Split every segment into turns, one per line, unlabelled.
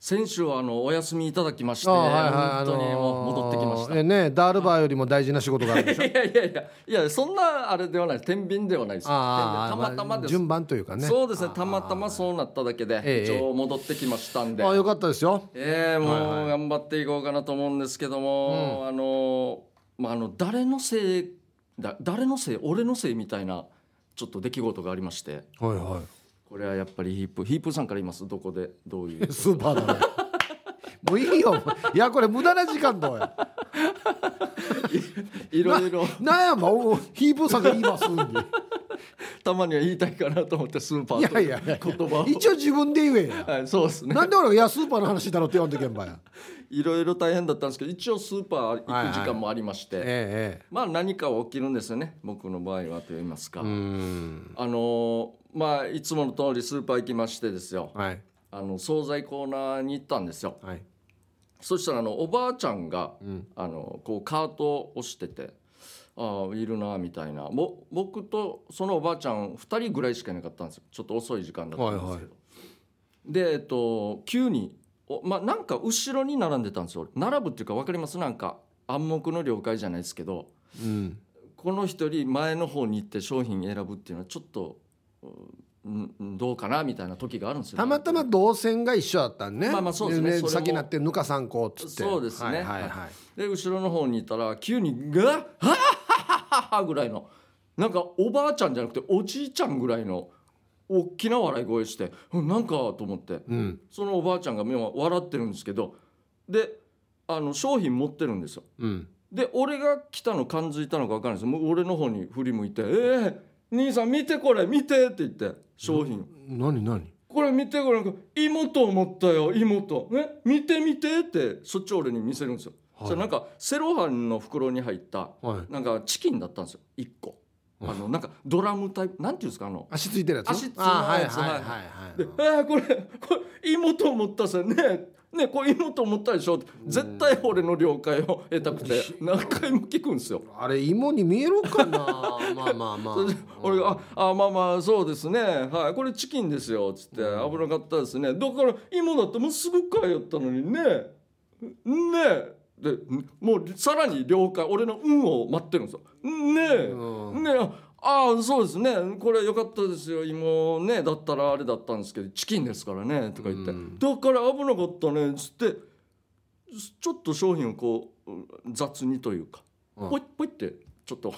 先週はあのお休みいただきまして、
ああ
本当にもう戻ってきました。
あのーえねダールバーよりも大事な仕事がある でしょ
いやいやいやいやそんなあれではないです天秤ではないです
ああ
天秤たまたま
あ
です、
順番というかね
そうですねたまたまそうなっただけで
ええ
一応戻ってきましたんで、
あよかったですよ
ええもう頑張っていこうかなと思うんですけども、あのまああの誰のせいだ誰のせい俺のせいみたいなちょっと出来事がありまして
はい は
これはやっぱりヒープヒープさんから言いますどこでどういう
いスーパーだねもういいよもういやこれ無駄な時間だおい
いろいろ
なんやもうヒープーさんが言います んで
たまには言いたいかなと思ってスーパー
い
と
や
か
いやいや
言葉を
一応自分で言えや
はい、そうですね
なんで俺が「いやスーパーの話だろ」って言わんといけんばや
いろいろ大変だったんですけど一応スーパー行く時間もありまして、
え
まあ何か起きるんですよね僕の場合はと言いますか、
えうん
あのーまあいつもの通りスーパー行きましてですよ
はい
あの惣菜コーナーに行ったんですよ
はい
そしたらあのおばあちゃんが、あのこうカートを押しててああいるなみたいなぼ僕とそのおばあちゃん2人ぐらいしかいなかったんですよちょっと遅い時間だったんですけど、
はいはい
でえっと急にお、まあ、なんか後ろに並んでたんですよ並ぶっていうか分かりますなんか暗黙の了解じゃないですけど
うん
この人より前の方に行って商品選ぶっていうのはちょっと、うんうんどうかなみたいな時があるんですよ
たまたま動線が一緒だったんね。
まあまあそうですねそれも
先になってぬかさんこうっつって。
そうですね
はいはいはい。
で後ろの方にいたら急に「がはっはっはっは」ぐらいのなんかおばあちゃんじゃなくておじいちゃんぐらいの大きな笑い声してうんなんかと思って、
うん
そのおばあちゃんが今笑ってるんですけどであの商品持ってるんですよ
うん。
で俺が来たの感づいたのか分かんないですもう俺の方に振り向いて「えー、兄さん見てこれ見て」って言って商品、
何何。
これ見てこれ妹を持ったよ妹ね見て見てってそっち俺に見せるんですよ、
はい
それなんかセロハンの袋に入った
はい。
なんかチキンだったんですよ一個あのなんかドラムタイプなんていうんですかあの
足ついてるやつ。
足ついてるやつ
あはいはい
はい
はい
で
は
「えー、これこれ妹を持ったさねねこれ妹を持ったでしょ」って絶対俺の了解を得たくて何回も聞くんですよ
い。あれ芋に見え るかな。まあまあまあ
それで。俺が「ああまあまあそうですねはいこれチキンですよ」っつって「危なかったですねだから今だってもうすぐ買いやったのにねねえ」でもうさらに了解俺の運を待ってるんですよ「ねえ、
うん
ねえああそうですねこれ良かったですよ今ねだったらあれだったんですけどチキンですからね」とか言って「
うん
だから危なかったね」っつってちょっと商品をこう雑にというか
うん
ポイッポイってちょっと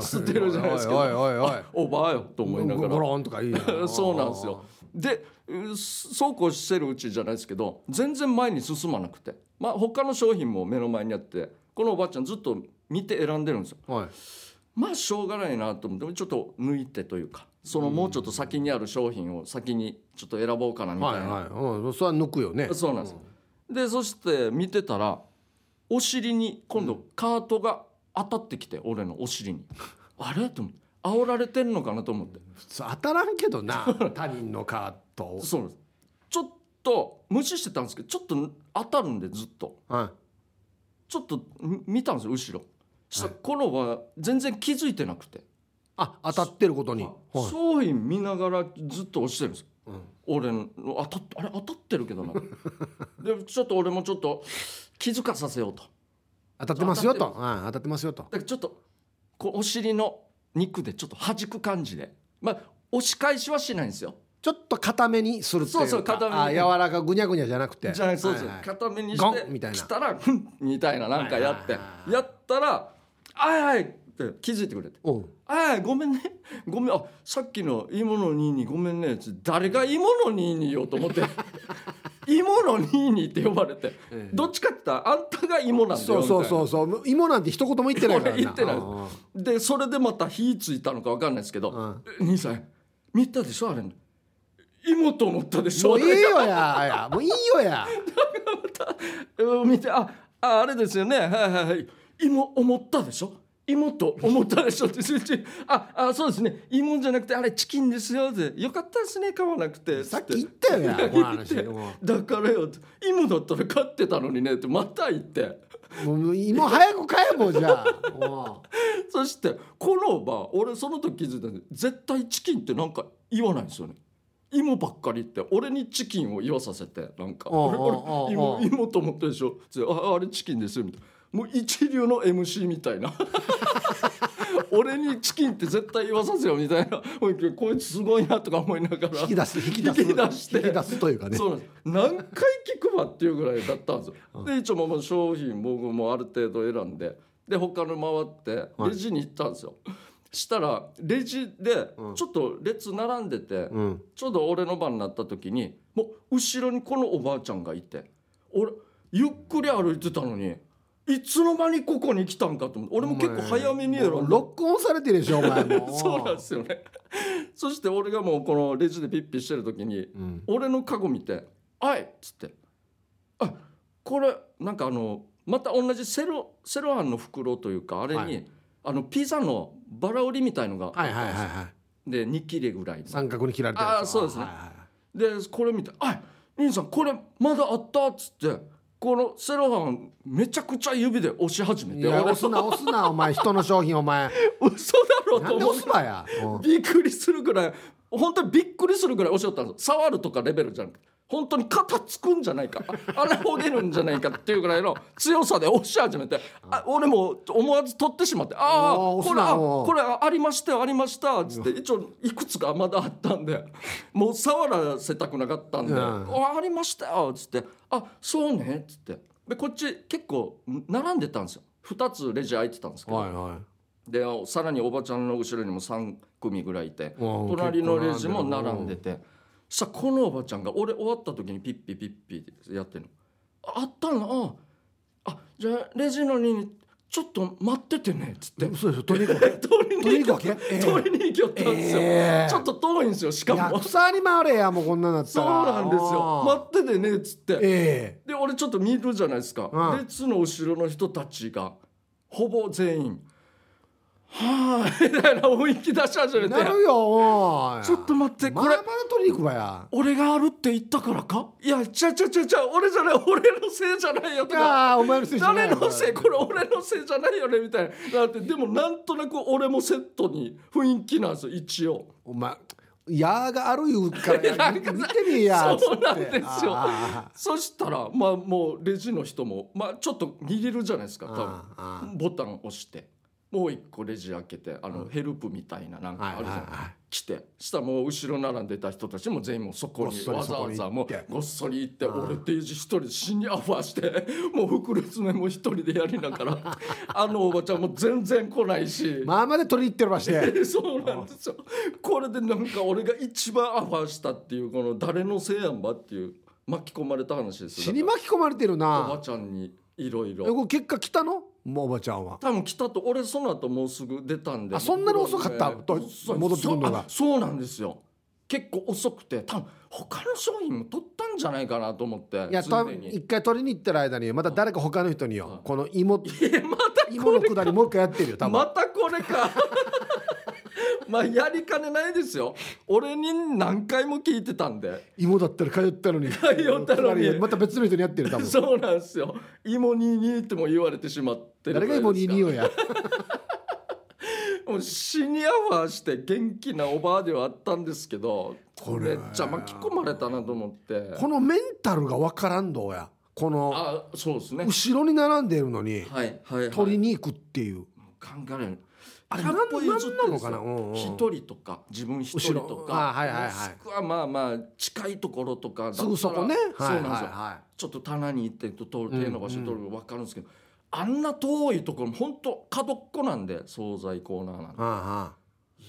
捨てるじゃないですか。
おいおいおいおい。
おばあよと思いなが
ゴ
ら
ロンとかいいな
そうなんですよ。でうそうこうしてるうちじゃないですけど全然前に進まなくて、まあ、他の商品も目の前にあってこのおばあちゃんずっと見て選んでるんですよ
はい。
まあしょうがないなと思ってちょっと抜いてというかそのもうちょっと先にある商品を先にちょっと選ぼうかなみたい
は
な、
いはい。うん。それは抜くよね。
そうなんですよ、でそして見てたらお尻に今度カートが当たってきて俺のお尻にあれと思って煽られてんのかなと思って
普通当たらんけどな。 他人のカートを。
そうなんですちょっと無視してたんですけどちょっと当たるんでずっと
はい。
ちょっとみ見たんですよ後ろしたらこのは全然気づいてなくて、
あ当たってることに。はい
商品見ながらずっと押してるんですよ
うん
俺の当たっあれ当たってるけ どなでちょっと俺もちょっと気づかさせようと
当たってますよと。はい当たってますよと。
だからちょっとこうお尻の肉でちょっと弾く感じでまあ押し返しはしないんですよ
ちょっと固めにするっていうか
そうそう固めに
あ柔らかぐにゃぐにゃじゃなくて
じゃないそうです、
はいはい
固めに
ゴ
して
ンみたいな
来たらふんみたいななんかやって、
はいはいはい
やったら「あいはい」って気づいてくれて
おう
「あいごめんねごめんあさっきの「いいものにいにごめんね」って誰が「いいものにいに」よと思っ て「いいものにいに」って呼ばれて、
ええ
どっちかって言ったらあんたが芋なんだよ
そう
みたい
そう
な
そうそう芋なんて一言も言ってないからな
俺言ってない
うん
でそれでまた火ついたのか分かんないですけど「
うん
兄さん見たでしょあれ芋と思ったでし
も
ょ」
ういいよ ややもういいよや
うん見てあああれですよねはいはいはい芋思ったでしょ芋と思ったでしょって先生ああそうですね芋じゃなくてあれチキンですよってよかったですね買わなくて
さっき言ったよやこの話
言って
も
だからよって芋だったら買ってたのにねってまた言って
うもう芋早く買えもうじゃあも
そしてこの場俺その時気づいたんです絶対チキンってなんか言わないんですよね芋ばっかりって俺にチキンを言わさせてなんか「
おう
俺
おうおう
俺芋芋と思ったでしょ」つってああれチキンですよ」みたいなもう一流の MC みたいな俺にチキンって絶対言わさせよみたいなおいこいつすごいなとか思いながら
引き出す引き出す
引き出して
引き出すというかね
そうなんです何回聞くばっていうぐらいだったんですよ。で一応まあ商品僕もある程度選んでで他の回って
はい
レジに行ったんですよ。したらレジで
うん
ちょっと列並んでて、
うん
ちょうど俺の番になった時にもう後ろにこのおばあちゃんがいて俺ゆっくり歩いてたのにいつの間にここに来たんかと思って俺も結構早めに選
も
ん
う
だ
ロックオンされてるでしょお前 も
そうなんですよね。そして俺がもうこのレジでピッピしてる時に
うん
俺のカゴ見て「あい!」っつって「あこれなんかあのまた同じセロセロハンの袋というかあれに、
はい
あのピザのバラ折りみたいのが、
はいはいはいはい
で2切れぐらいの
三角に切られてる
あーそうですね
はいはいはい
でこれ見て「あい兄さんこれまだあった」っつってこのセロハンめちゃくちゃ指で押し始め
い
て
や
俺
押すな押 すなお前人の商品お前
嘘だろ
な
と
んで
思っ
押
て
すばやうん
びっくりするぐらい本当にびっくりするぐらいおっしゃったんです触るとかレベルじゃなくて本当に肩つくんじゃないか 穴ほげるんじゃないかっていうぐらいの強さで押し始めてあ俺も思わず取ってしまって「ああ
おー
こ
押す
れ
な
あ
おー
これありましたよありました」っつって一応いくつかまだあったんでもう触らせたくなかったんで「
うん
あありましたよ」っつって「あそうね」っつってでこっち結構並んでたんですよ2つレジ空いてたんですけど
はいはい
でさらにおばちゃんの後ろにも3組ぐらいいて
おー
隣のレジも並んでてさこのおばちゃんが俺終わった時にピッピピッピやってるのああったのああじゃあレジのにちょっと待っててねっつって
嘘でしょとにかく
取りに行きよ
取りに行くわけええ
取りに行きよったんですよ、
ええ
ちょっと遠いんですよしか
いや
も
草に回れやもうこんなんなった
そう
ら
なんですよ
あー
待っててねっつって
え
で俺ちょっと見るじゃないですか、
うん
列の後ろの人たちがほぼ全員「はあ」みたいな思いき出し始
え
めて
なるよおい
ちょっと待って
ま
こ
だ
れ
まだ取りに行くばや
俺があるって言ったからかいやちゃちゃちゃちゃ俺じゃない俺のせいじゃないよ
い
とか。
やーお前のせいじゃない
誰
よ
のせいこれ俺のせいじゃないよねみたいなだってでもなんとなく俺もセットに雰囲気なんですよ一応
お前やーがある言 うから
いやな
見
ん
て
かさ
みいや
そう
つって
なんですよ
あ
そしたらまあもうレジの人もまあちょっと握るじゃないですか
ー
多
あー
分
あ
ボタン押してもう一個レジ開けてあのヘルプみたいななん
ーは
かあ
い
る
はい
じゃん
はい
来てしたらもう後ろ並んでた人たちも全員もうそこ
ごっ
に
そり
わ
そ
ざ
こ
わ
に
ざ
行
も
って
うごっそり行って
うん
俺デイジ一人で死にアファしてもう袋詰めも一人でやりなが らあのおばちゃんも全然来ないし。
まあまで取りに行ってるばして
そうなんですよこれでなんか俺が一番アファしたっていうこの誰のせいやんばっていう巻き込まれた話です
死に巻き込まれてる
おば
な
ちゃんにいろい
え
ろ
これ結果来たのもうおばちゃんは
多分来たと俺その後もうすぐ出たんで
あそんなに遅かった
もう
と
そう
戻ってくるのが
そうあそうなんですよ結構遅くて多分他の商品も取ったんじゃないかなと思って
いや
つ
た
でに
一回取りに行ってる間にまた誰か他の人によ
うん
この芋
いやま
芋のくだりもう一回やってるよ多
た
分
またこれか まあやりかねないですよ俺に何回も聞いてたんで
芋だったら通ったのに通
ったのに
また別の人にやってる多分
そうなんですよ芋ににっても言われてしまってる
誰が芋に匂いや
もうシニアファーして元気なおばあではあったんですけど
こ
め
れ
っちゃ巻き込まれたなと思って
このメンタルが分からんどうやこの
あそうですね
後ろに並んでいるのに
はいはい、はい、
取りに行くっていう
考えられない
あれなん
100歩譲って
なんなのかなうんうんうん
一人とか自分一人と
後ろ
か
あはいはいはい
もしくはまあまあ近いところとかだった
す
ら
ぐそこね
そう
はい
なん
はい
ですよ、
は
ちょっと棚に行ってと通る手伸ばして取る分かるんですけど、あんな遠いところも本当角っこなんで惣菜コーナーなん
い
て
あ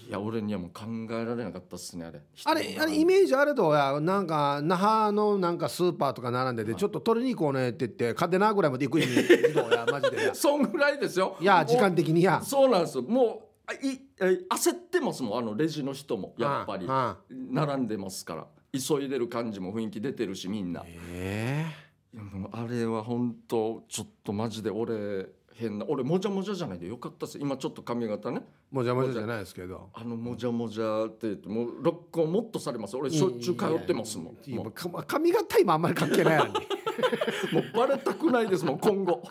いや俺にはもう考えられなかったっすねあれ
ああれあれイメージあれどうやなんか那覇のなんかスーパーとか並んでてちょっと取りに行こうねって言って勝手なぐらいまで行く意味どうやマジ でいや
そんぐらいですよ
いや時間的にや
そうなんですよもうあいえ焦ってますもんあのレジの人もやっぱり
あああ
並んでますから急いでる感じも雰囲気出てるしみんな
あえ
いやもうあれは本当ちょっとマジで俺変な俺もじゃもじゃじゃないでよかったっす今ちょっと髪型ね
えもじゃもじゃじゃないですけど
あのもじゃもじゃって言ってもうロックをもっとされます俺しょっちゅう通ってますもん
いやいや
も
いやか髪型今あんまり関係 ないのに
うもうバレたくないですもん今 後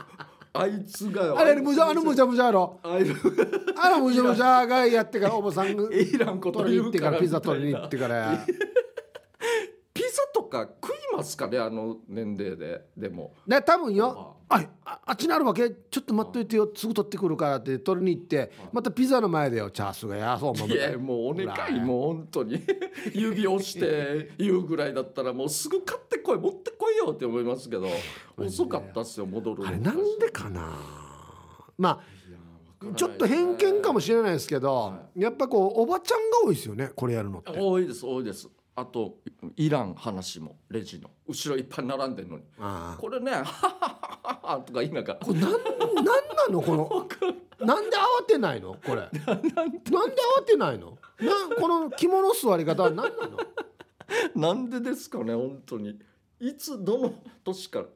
あいつが
あれむじゃあのむじゃむじゃやろ
あいつが
あの むじゃむじゃがやってからおばさんが
いらんこと
取り
言
に行っ
う
て
か
かららピザ取りに
みたい
行
な
ってから
か食いますかねあの年齢ででも
ね多分よあああっちにあるわけちょっと待っといてよすぐ取ってくるからって取りに行ってまたピザの前でよチャースがやそうも
いやもうお願いもう本当に指をして言うぐらいだったらもうすぐ買ってこい持ってこいよって思いますけど遅かったっすよ戻るの
あれなんでかなま
いやわからない
あ
ね
ちょっと偏見かもしれないですけど、
は
やっぱこうおばちゃんが多いですよねこれやるのって
多いです多いですあといらん話もレジの後ろいっぱい並んでるのに
ああ
これね「ははははは」とか言いながら
これなんなんなのこのなんで慌てないの これなんで慌てないのなこの着物座り方は何なの
なんでですかね本当にいつどの年から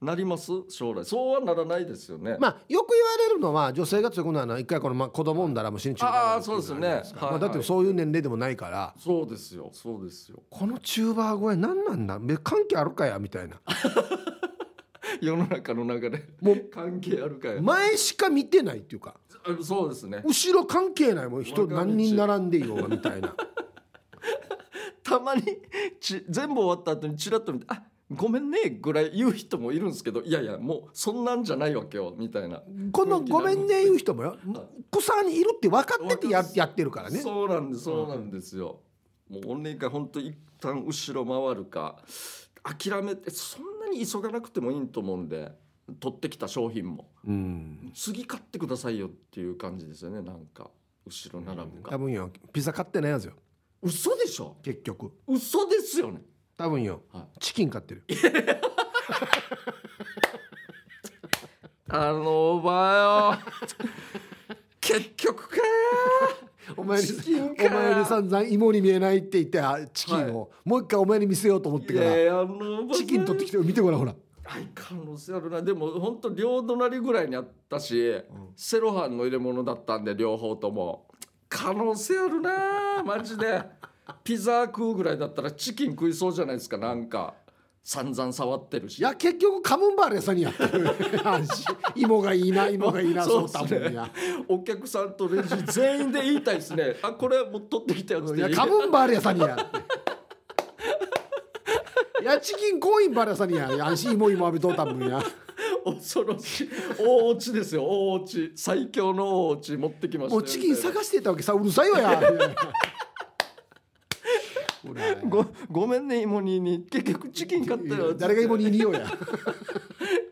なります将来そうはならないですよね、
まあよく言われるのは女性が強くなるのは一回このまあ子供産んだらもう身長が上がるっていのがるじゃないか
あーそうですねはい
まあ、だってそういう年齢でもないから
そうですよそうですよ
このチューバー声何なんだめ関係あるかやみたいな
世の中の流れ
も
関係あるかよ、
前しか見てないっていうか
あそうですね
後ろ関係ないもん人何人並んでいようがみた いな
たまにち全部終わった後にチラッと見て「あごめんね」ぐらい言う人もいるんですけどいやいやもうそんなんじゃないわけよみたいな
この「ごめんね」言う人もよ草にいるって分かっててややってるからね
そうなんですそうなんですよ、もうお願い本当一旦後ろ回るか諦めてそんなに急がなくてもいいと思うんで取ってきた商品も
うん
次買ってくださいよっていう感じですよねなんか後ろ並ぶか、
多分よピザ買ってないやつよ
嘘でしょ
結局
嘘ですよね
多分よ
は
チキン買ってる
あのおば よ結局かよ
お前に
チキンか
お前に散々芋に見えないって言ってあチキンを、もう一回お前に見せようと思って
い
から
やいやあのおば
チキン取って
き
きて見てごらんほら
可能性あるなでも本当両隣ぐらいにあったし、セロハンの入れ物だったんで両方とも可能性ある なマジでピザ食うぐらいだったらチキン食いそうじゃないですかなんか散々触ってるし
いや結局カムンバーレさんにやっ てる芋がいいな芋がいいな
そ
そうう
っすね
多分や
お客さんとレジ全員で言いたいですね。あ、これもう取ってきたやつ
い
で。
やカムンバーレさんにやいやチキンコインバーレさんにや安心芋芋浴びとう多分や
恐ろしい。大落ちですよ。大落ち。最強の大落ち持ってきましたよ。
もうチキン
みたい
探してたわけさうるさいわや ほら
なごごめんね、芋煮に。結局チキン買ったよ。
誰が芋にいよう や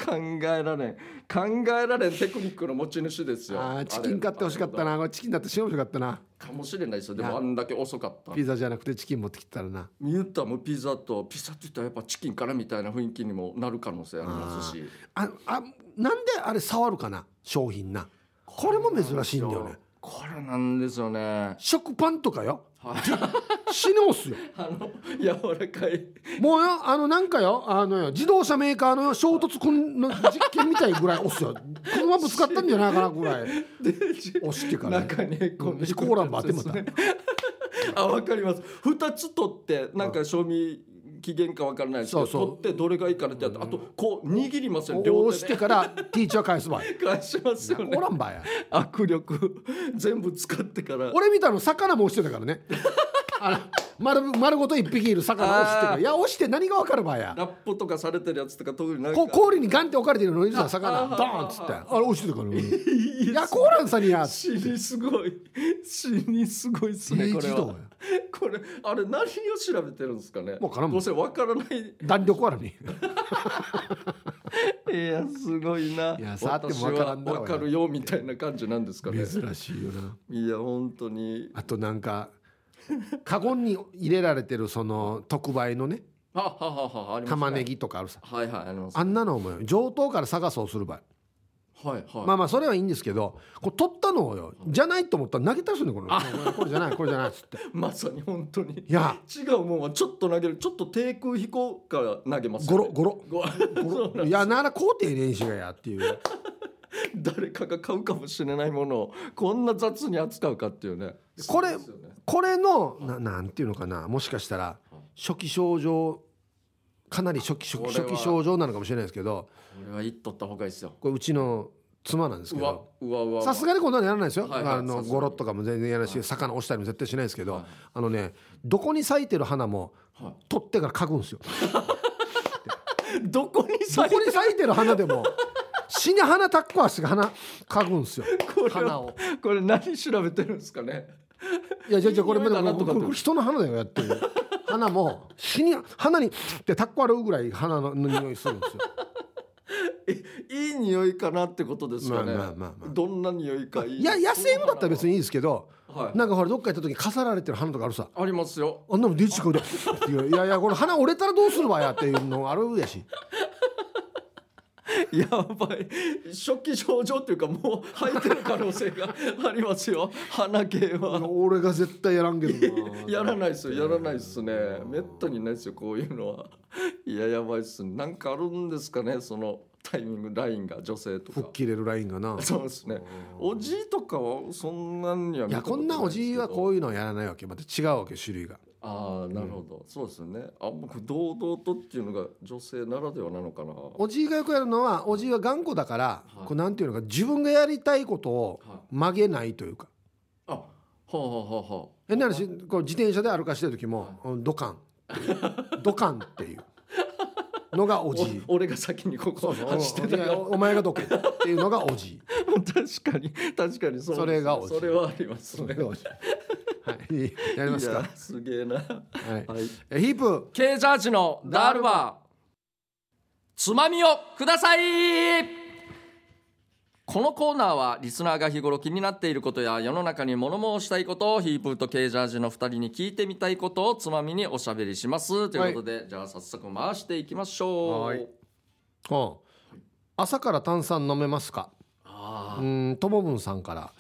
考えられん。考えられんテクニックの持ち主ですよ。
あーチキン買ってほしかった
あれ。
なチキンだってしようしかったな
かもしれないですよ。で
い
も
や
あんだけ遅かった。
ピザじゃなくてチキン持ってきたらな
ミュータもピザとピザって言ったらやっぱチキンからみたいな雰囲気にもなる可能性ありますし。
ああなんであれ触るかな商品なこれも珍しいんだよね
これなんですよね。
食パンとかよ
はい
死のうっすよ
あの柔らか い
もうよあのなんかよあのよ自動車メーカーの衝突こんの実験みたいぐらい押すよ車ぶつかったんじゃないかなぐらい
で
押して から、ね、
中にへこんで
うんコーランバーってまた
あわかります2つ取ってなんか賞味期限かわからないですけど
そうそう
取ってどれがいいかなってやってあとこう握りますよ両
押し
手
て
で
からティーチャー 返す場合
返しますよね
おらんばや
握力 全部使ってから
俺みたいの魚も押してたからね あの丸丸ごと一匹いる魚押して
あ
たいや押して何が分かるばや
ラップとかされてるやつとか特になんか
こ氷にガンって置かれてるのにさ魚
ああ
ドーンっつってあれ落ちてたから俺
いい
いやコーランさんにやっ
死にすごい死にすごいですねこれ
自動
は
や
これあれ何を調べてるんですかね
わからん
どうせわからない
弾力あるに
いやすごいない
や触ってもわからんだろ
私
うな
はわかるよみたいな感じなんですかね
珍しいよない
や本当に
あとなんかカゴに入れられてるその特売のね
ははははあります
玉ねぎとかあるさ
はいはいあります
あんなのもよ上等から探そうする場合
はいはい、
まあまあそれはいいんですけどこう取ったのをよじゃないと思ったら投げたりするねこれこれじゃないこれじゃないっつって
まさに本当に
いや
違うもんはちょっと投げるちょっと低空飛行から投げます
ゴ
よ
ロ
ね、
ゴロ
ゴロ
ゴロいやならこうてえ練習がやっていう
誰かが買うかもしれないものをこんな雑に扱うかっていうね
これ
そうですよね
これのななんていうのかなもしかしたら初期症状かなり初期初
こ
期
れは
初期症状なのかもしれないですけど
これは言っとった方がいいですよ
これうちの妻なんですけ
うわ
ど
うわうわ
さすがにこんなのやらないですよ、
はいはい
あ
さ
の
すがに
ゴロッとかも全然やらないし、魚押したりも絶対しないですけど、
はい
あのねどこに咲いてる花も
は
取ってから嗅ぐん ですよ
どこに
ど
咲い
こに咲いてる花でも死に花タッコ足が花嗅ぐんですよ
これ
花を
これ何調べてるんですかね
いやじゃあじゃあこれ
いい匂いだな
これ
とかって
これ人の花だよやっ てる花も死に花にってタッコあるぐらい花のの匂いするんですよ
えいい匂いかなってことですかね、
まあまあまあまあ
どんな匂いかいい
いや野生のだったら別
に、
にいいですけど
はい、
なんかほらどっか行った時に飾られてる花とかあるさ
ありますよ
あんなの出てこいでっていういやいやこれ花折れたらどうするわやっていうのあるやし
やばい初期症状というかもう入ってる可能性 がありますよ鼻系は
俺が絶対やらんけどな
やらないですよやらないですねめったにないですよこういうのはいややばいっすなんかあるんですかねそのタイミングラインが女性と
吹
か
っ切れるラインがな
そうですねおじいとかはそんなんにはい
やこんなおじいはこ
う
ういうのはやらないわけまた違うわけ種類が
ああなるほど、そうですよねあもうこれ堂々とっていうのが女性ならではなのかな
おじいがよくやるのはおじいは頑固だから、
い
こうなんていうのか自分がやりたいことを曲げないというか
あはあはあはあは
変な話こう自転車で歩かしてる時も、うんドカンっていうドカンっていうのがおじい
お俺が先にここ走ってたから
おおお前がどこっていうのがおじい
確かに確かにそうです
それがおじい
それはありますね
はいやります
い
か
やすげえな
はい
はい
えヒープ
K ジャージのダールバーつまみをくださいこのコーナーはリスナーが日頃気になっていることや世の中に物申したいことをヒープーと K ジャージの2人に聞いてみたいことをつまみにおしゃべりしますということで、じゃあ早速回していきましょう
はいうん朝から炭酸飲めますか
あ
うんともぶんさんから、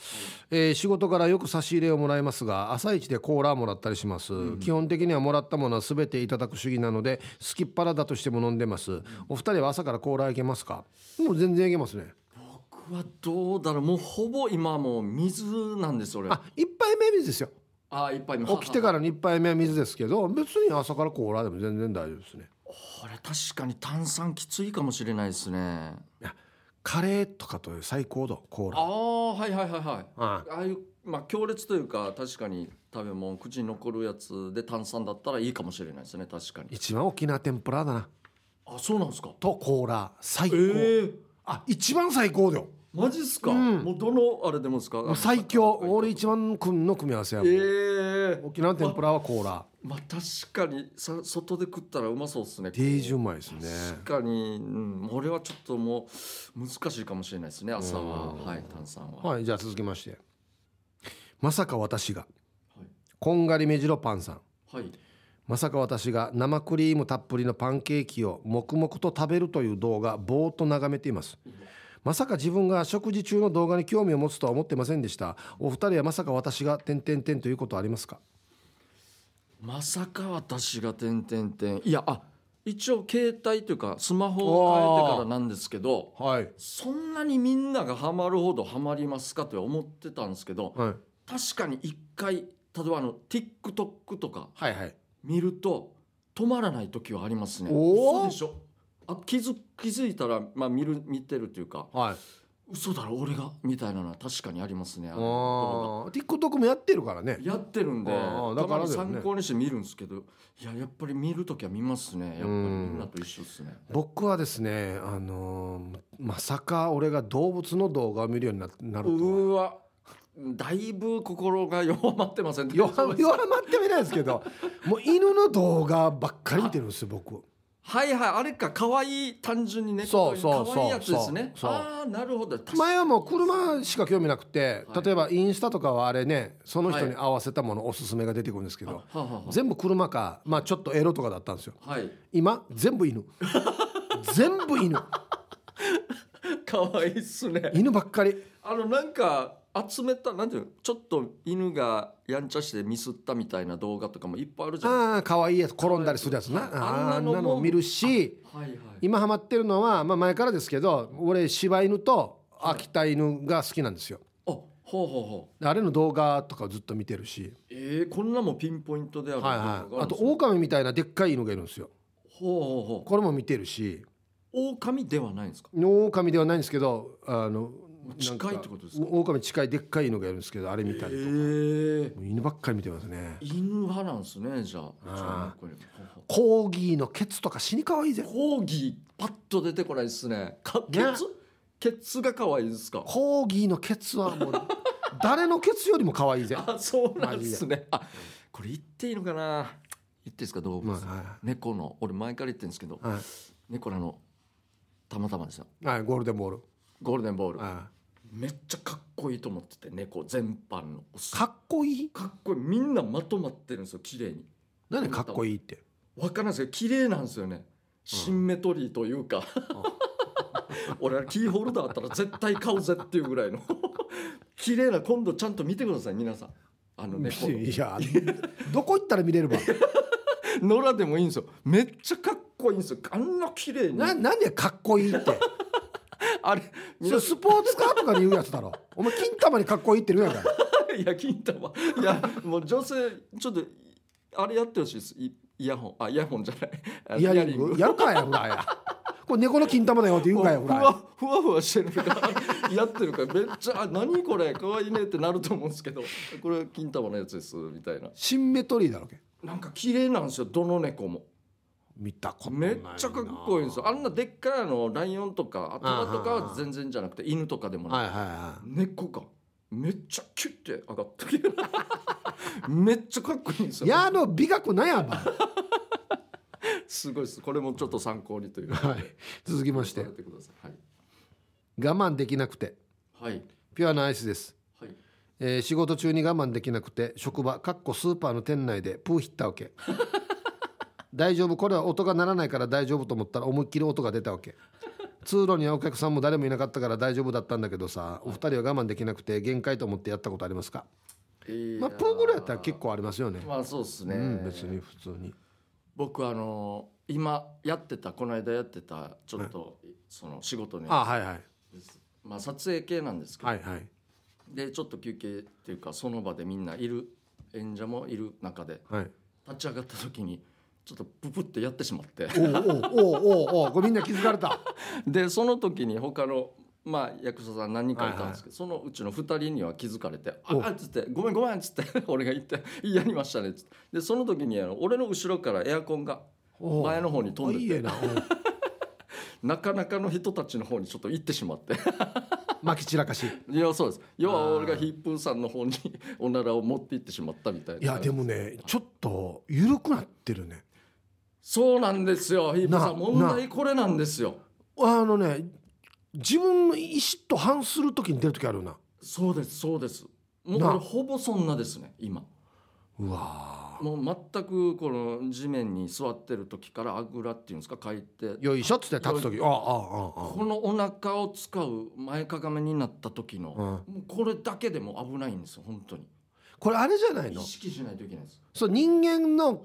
えー仕事からよく差し入れをもらいますが朝一でコーラもらったりします、基本的にはもらったものは全ていただく主義なので好きっ腹だとしても飲んでます、お二人は朝からコーラいけますかもう全然いけますね
ー僕はどうだろうもうほぼ今はもう水なんです俺
あ一杯目は水ですよ
ああいっぱい
起きてからの一杯目は水ですけど別に朝からコーラでも全然大丈夫ですね
これ確かに炭酸きついかもしれないですね
カレーとかという最高度コー
あ
ラ
あはいはいはいはい
あ
ああいう、まあ、強烈というか確かに食べ物口に残るやつで炭酸だったらいいかもしれないですね確かに
一番大きな天ぷらだな
あそうなんですか
とコーラ最
え
高、あ一番最高だよ
マジっすか、
うん
もうどのあれでもですか
もう最強俺
え
一番組の組み合わせや
え
もん、沖縄の天ぷらはコーラ
まあ確かにさ外で食ったらうまそうですね
デージうまいですね
確かに、うん、俺はちょっともう難しいかもしれないですね朝は
うん
はい炭酸は、
はいじゃあ続きましてまさか私が
はい
こんがり目白パンさん
はい、
まさか私が生クリームたっぷりのパンケーキを黙々と食べるという動画ぼーっと眺めていますまさか自分が食事中の動画に興味を持つとは思ってませんでしたお二人はまさか私が点点点ということはありますか
まさか私が点点点いやあ一応携帯というかスマホを変えてからなんですけど
はい
そんなにみんながハマるほどハマりますかとは思ってたんですけど
はい
確かに一回例えばあの TikTok とか
はいはい
見ると止まらない時はありますね
おー
嘘でしょあ気づ気づいたら、まあ、見る見てるというか
はい
嘘だろ俺がみたいなのは確かにありますねあ
あ
の動画
ー TikTok もやってるからね
やってるんで、
あー
た
だか
ま
らだよ
に
ね
参考にして見るんですけど、いや、やっぱり見るときは見ますね。やっぱり
う
み
ん
んなと一緒ですね。
僕はですね、あのーまさか俺が動物の動画を見るようにななる
う
とは
ーわ、だいぶ心が弱まってません。
弱弱まってはいないですけ どもう犬の動画ばっかり見てるんですよ僕
はいはい、あれか、可愛い単純にね。
そうそう
可愛いやつですね。
そうそう
ああ、なるほど。確か
前はもう車しか興味なくて
はい
例えばインスタとかはあれねその人
は
に
い
合わせたものおすすめが出てくるんですけど、
はあはあは
全部車か、まあ、ちょっとエロとかだったんですよ
あはい、
今 全部犬全部犬
可愛いっすね。
犬ばっかり
あの、なんか。集めたなんていうのちょっと犬がやんちゃしてミスったみたいな動画とかもいっぱいあるじゃない
ああかわいいやつ転んだりするやつなあーあ
あん
ん
なのも
なの見るし
ですかはいはい
今ハマってるのは、まあ、前からですけど俺柴犬と秋田犬が好きなんですよ
あほうほうほう
あれの動画とかをずっと見てるし、
えー、こんなもピンポイントであ
は
る
いはい、あと
ほう
狼みたいなでっかい犬がいるんですよ
ほうほ
これも見てるし
う狼ではないんですか
狼ではないんですけどあのなん
近いってことですか
狼近いでっかいのがいるんですけどあれ見た
え
りとか、もう犬ばっかり見てますね
犬派なんですねじゃあ
あ
うちの子に
コーギーのケツとか死に可愛いぜ
コーギーパッと出てこないですねかケツ、
ね
ケツが可愛い ですか
コーギーのケツは もう誰のケツよりも可愛いぜ
あそうなんですねあこれ言っていいのかな言っていいですか動物、
まあ
猫の俺前から言ってるんですけど
はいは
猫のあのたまたまですよ
いはいゴールデンボール
ゴールデンボール
は
めっちゃかっこいいと思ってて猫全般の
い
か
かっこいい
っこいいみんなまとまってるんですよ綺麗に
何でかっこいいって
わかんないですけど綺麗なんですよねシンメトリーという か、俺はキーホルダーあったら絶対買うぜっていうぐらいの綺麗な今度ちゃんと見てください皆さんあの猫の
いや どこ行ったら見 れるば
野良でもいいんですよめっちゃかっこいいんですよあんな綺麗に
な何でかっこいい って
あれ
そ
皆
れ
さ
スポーツカーとかに言うやつだろお前金玉にかっこいいって言うやんか
んいや金玉いやもう女性ちょっとあれやってほしいですイイヤホンあイヤホンじゃないあ
イヤリングやるかやほらやこれ猫の金玉だよって言うかやほ
ふ
ら
わ
や
ふわふわしてるからやってるからめっちゃ「あ何これ可愛いね」ってなると思うんですけどこれ金玉のやつですみたいな
シンメトリーだろけ
なんか綺麗なんですよどの猫も
見たことない
め
な
っちゃかっこいいんですよあんなでっかいあのライオンとか頭とか
あーはー
は
はー
全然じゃなくて犬とかでもない
はいはいは
猫がめっちゃキュッて上がってきて めっちゃかっこいいんです
い
よ
やあの美学なんやば
すごいですこれもちょっと参考にという
はい続きまして
やってください
我慢できなくて
はいはい
ピュアなアイスです、
はい
えー仕事中に我慢できなくて職場かっこスーパーの店内でプーヒった わけ大丈夫これは音が鳴らないから大丈夫と思ったら思いっきり音が出たわけ通路にはお客さんも誰もいなかったから大丈夫だったんだけどさお二人は我慢できなくて限界と思ってやったことありますか
い
まあ
やー
プーぐらいやったら結構ありますよね
まあそうです
う
ね、
ん別に普通に
僕あの今やってたこの間やってたちょっとその仕事に
あはいはい
まあ撮影系なんですけど、
はいはい
でちょっと休憩っていうかその場でみんないる演者もいる中で
はい
立ち上がった時にちょっとププってやってしま って
おうおうおうおうおうこれみんな気づかれた
でその時に他のまあ役者さん何人かいたんですけど、そのうちの2人には気づかれて「あ
お
あっ」つって「ごめんごめん」っつって 俺が言って「やりましたね」っつってでその時にあの俺の後ろからエアコンが
おう
前の方に飛んでて
いいえなおう
なかなかの人たちの方にちょっと行ってしまって
まき散らかし
いやそうです要
あ
は
ー
俺がヒップーさんの方に おならを持って行ってしまったみたいない
いやでもねちょっと緩くなってるね
そうなんですよヒップーさん
な
問題これなんですよ
あのね自分の意思と反する時に出る時あるよな
そうですそうですもう
な
俺ほぼそんなですね今
うわ
もう全くこの地面に座ってる時からあぐらっていうんですか書いて
ーよいしょっつって立つ時ああああ
このお腹を使う前かがめになった時の、
ああ、うん、
もうこれだけでも危ないんですよ本当に
これあれじゃない
意
の
識しないといけないです
そう人間の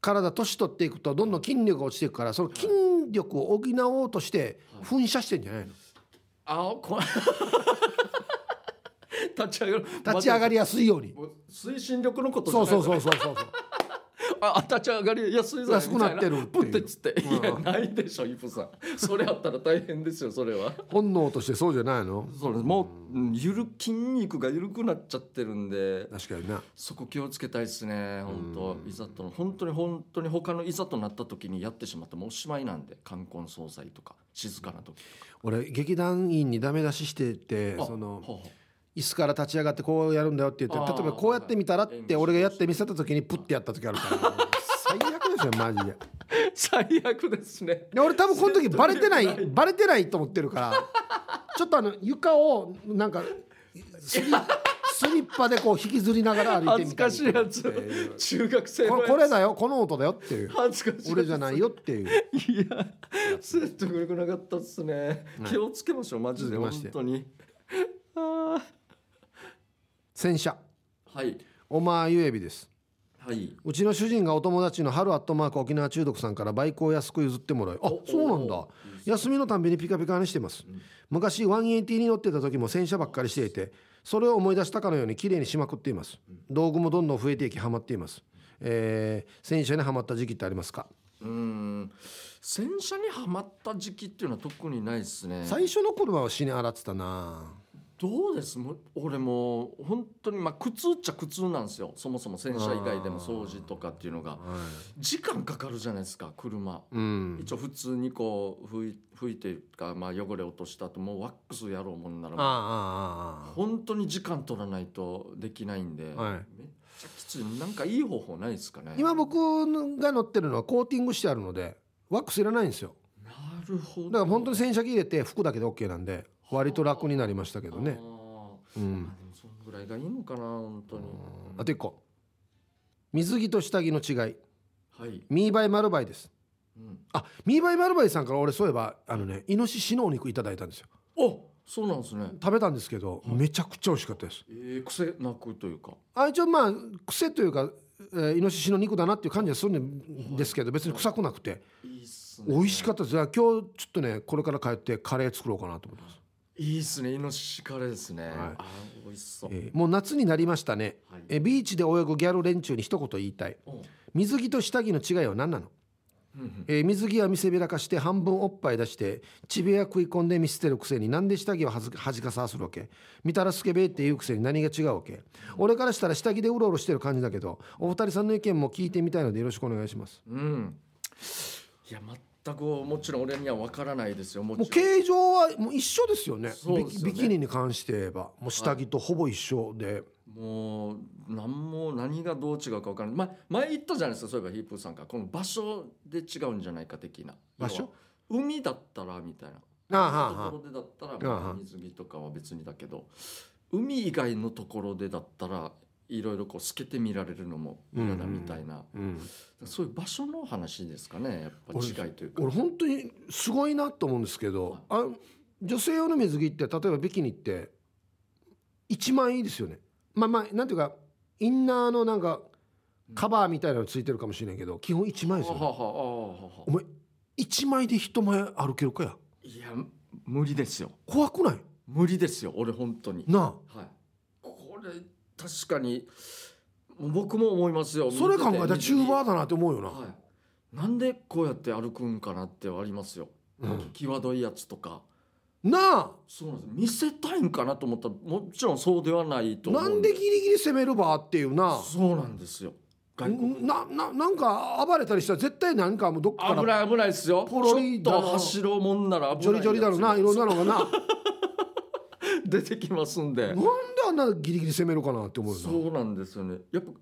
体年取っていくとどんどん筋力が落ちていくからその筋力を補おうとして噴射してんじゃないの
あこ 立ち上がる
立ち上がりやすいように
もう推進力のことじゃ
そ
な
う
い
そうそうそうそうそう
あ立ち上がりやすいぞ
安くなってるってい
プ
う
ッてっつって、
うん
いやないでしょイプさんそれあったら大変ですよそれは
本能としてそうじゃないの
そうですもううんゆる筋肉が緩くなっちゃってるんで
確かにな
そこ気をつけたいですね本
う
当いざとの本当に本当に他のいざとなった時にやってしまってもうおしまいなんで冠婚葬祭とか静かな時
俺劇団員にダメ出ししてて
あ
その
ほうほ
椅子から立ち上がってこうやるんだよって言っ
あ
て
ー
例えばこうやってみたらっ
演
て
技
俺がやって見せた時にプッてやっ た時あるから最悪ですよマジで
う最悪ですね
で俺多分この時バレ てな
説得
い
力
バレてないと思ってるからちょっとあの床をなんかスリ スリッパでこう引きずりながら歩いて
恥
み
ず
た
か
り
しいやつ中学生
こ
の
れ
やつ
これだよこの音だよっていう
恥ずかしい
俺じゃないよっていう
いや説得力なかったっすね、気をつけましょうマジで
続きま
本
して
当にあ
洗車
ーはい
おまゆえびです
はいう
ちの主人がお友達の春アットマーク沖縄中毒さんからバイクを安く譲ってもらいあ
お
そうなんだ
お
休みのたんびにピカピカにしてます、昔180に乗ってた時も洗車ばっかりしていてそれを思い出したかのように綺麗にしまくっています道具もどんどん増えていきハマっています、えー洗車にハマった時期ってありますか
うーん洗車にはまった時期っていうのは特にないですね
最初の車は死に洗ってたな
どうですもう俺もう本当にまあ苦痛っちゃ苦痛なんですよそもそも洗車以外でも掃除とかっていうのが
は
時間かかるじゃないですか車
いうん
一応普通にこう拭い拭いてかまあ汚れ落としたともうワックスやろうもんなら
あああ
本当に時間取らないとできないんで、
は
め
い
っちゃきついなんかいい方法ないですかね
あ今僕が乗ってるのはコーティングしてあるのでワックスいらないんですよ
なるほど
だから本当に洗車機入れて服だけで OK なんで割と楽になりましたけ
け
どねう
で
ん
もそんぐらいがいいのかな本当に
あと一個水着と下着の違い
はい、
ミーバイマルバイです
うん、
あミーバイマルバイさんから俺そういえばあのねイノシシのお肉いただいたんですよ
おそうなんですね
食べたんですけどめちゃくちゃ美味しかったです
えー、癖なくというか
あ一応まあ癖というか、えーイノシシの肉だなっていう感じはするんですけど別に臭くなくて
いいっすね
美味しかったですいや今日ちょっとねこれから帰ってカレー作ろうかなと思ってます、
いいっすねイノシシカレーですね、ああ美味しそう、
えーもう夏になりましたね、
はい
えービーチで泳ぐギャル連中に一言言いたい
おう
水着と下着の違いは何なの
うんうん
えー水着は見せびらかして半分おっぱい出してちびや食い込んで見捨てるくせになんで下着をはず恥かさするわけ見たらスケベって言うくせに何が違うわけ俺からしたら下着でうろうろしてる感じだけどお二人さんの意見も聞いてみたいのでよろしくお願いします
うんいや全くもちろん俺には分からないですよも
もう
ちろん
形状はもう一緒ですよね
そうですよね
ビキビキニに関して言えばもう下着とほぼ一緒で、
もう何も何がどう違うか分からない、ま、前言ったじゃないですかそういえばヒープーさんからこの場所で違うんじゃないか的な
場所
要は海だったらみたいな
ああはあはあ
ところでだったら
あはあ
まあ水着とかは別にだけど海以外のところでだったらいろいろこう透けて見られるのも嫌だみたいな、
うん、
そういう場所の話ですかねやっぱ違いというか
俺本当にすごいなと思うんですけどあ女性用の水着って例えばビキニって一万いいですよねまあまあなんていうかインナーのなんかカバーみたいなのついてるかもしれないけど基本1枚です
は
よ、
はは
ね、
はは
お前1枚で人前歩けるかや
いや無理ですよ
怖くない
無理ですよ俺本当に
な
はい、これ確かに僕も思いますよ
あそれ考えたらチューバ
ー
ーだなって思うよな、
はい、なんでこうやって歩くんかなってはありますよ、
うん
際どいやつとか
な
そうなんです見せたいんかなと思ったらもちろんそうではない
あ
と思う
なんでギリギリ攻めるばっていうな
そうなんですよ外国
なななんか暴れたりしたら絶対なんかもうどっか
危
ら
ない危ないですよち
ポロ
ょ
リ
っ
だな
と走ろうもんなら危
ジョ
ない
リジョリだろうない
や
ろんなのがな
つ 出てきますんで
なんであんなギリギリ攻めるかなって思うよな
そうなんですよねやっぱ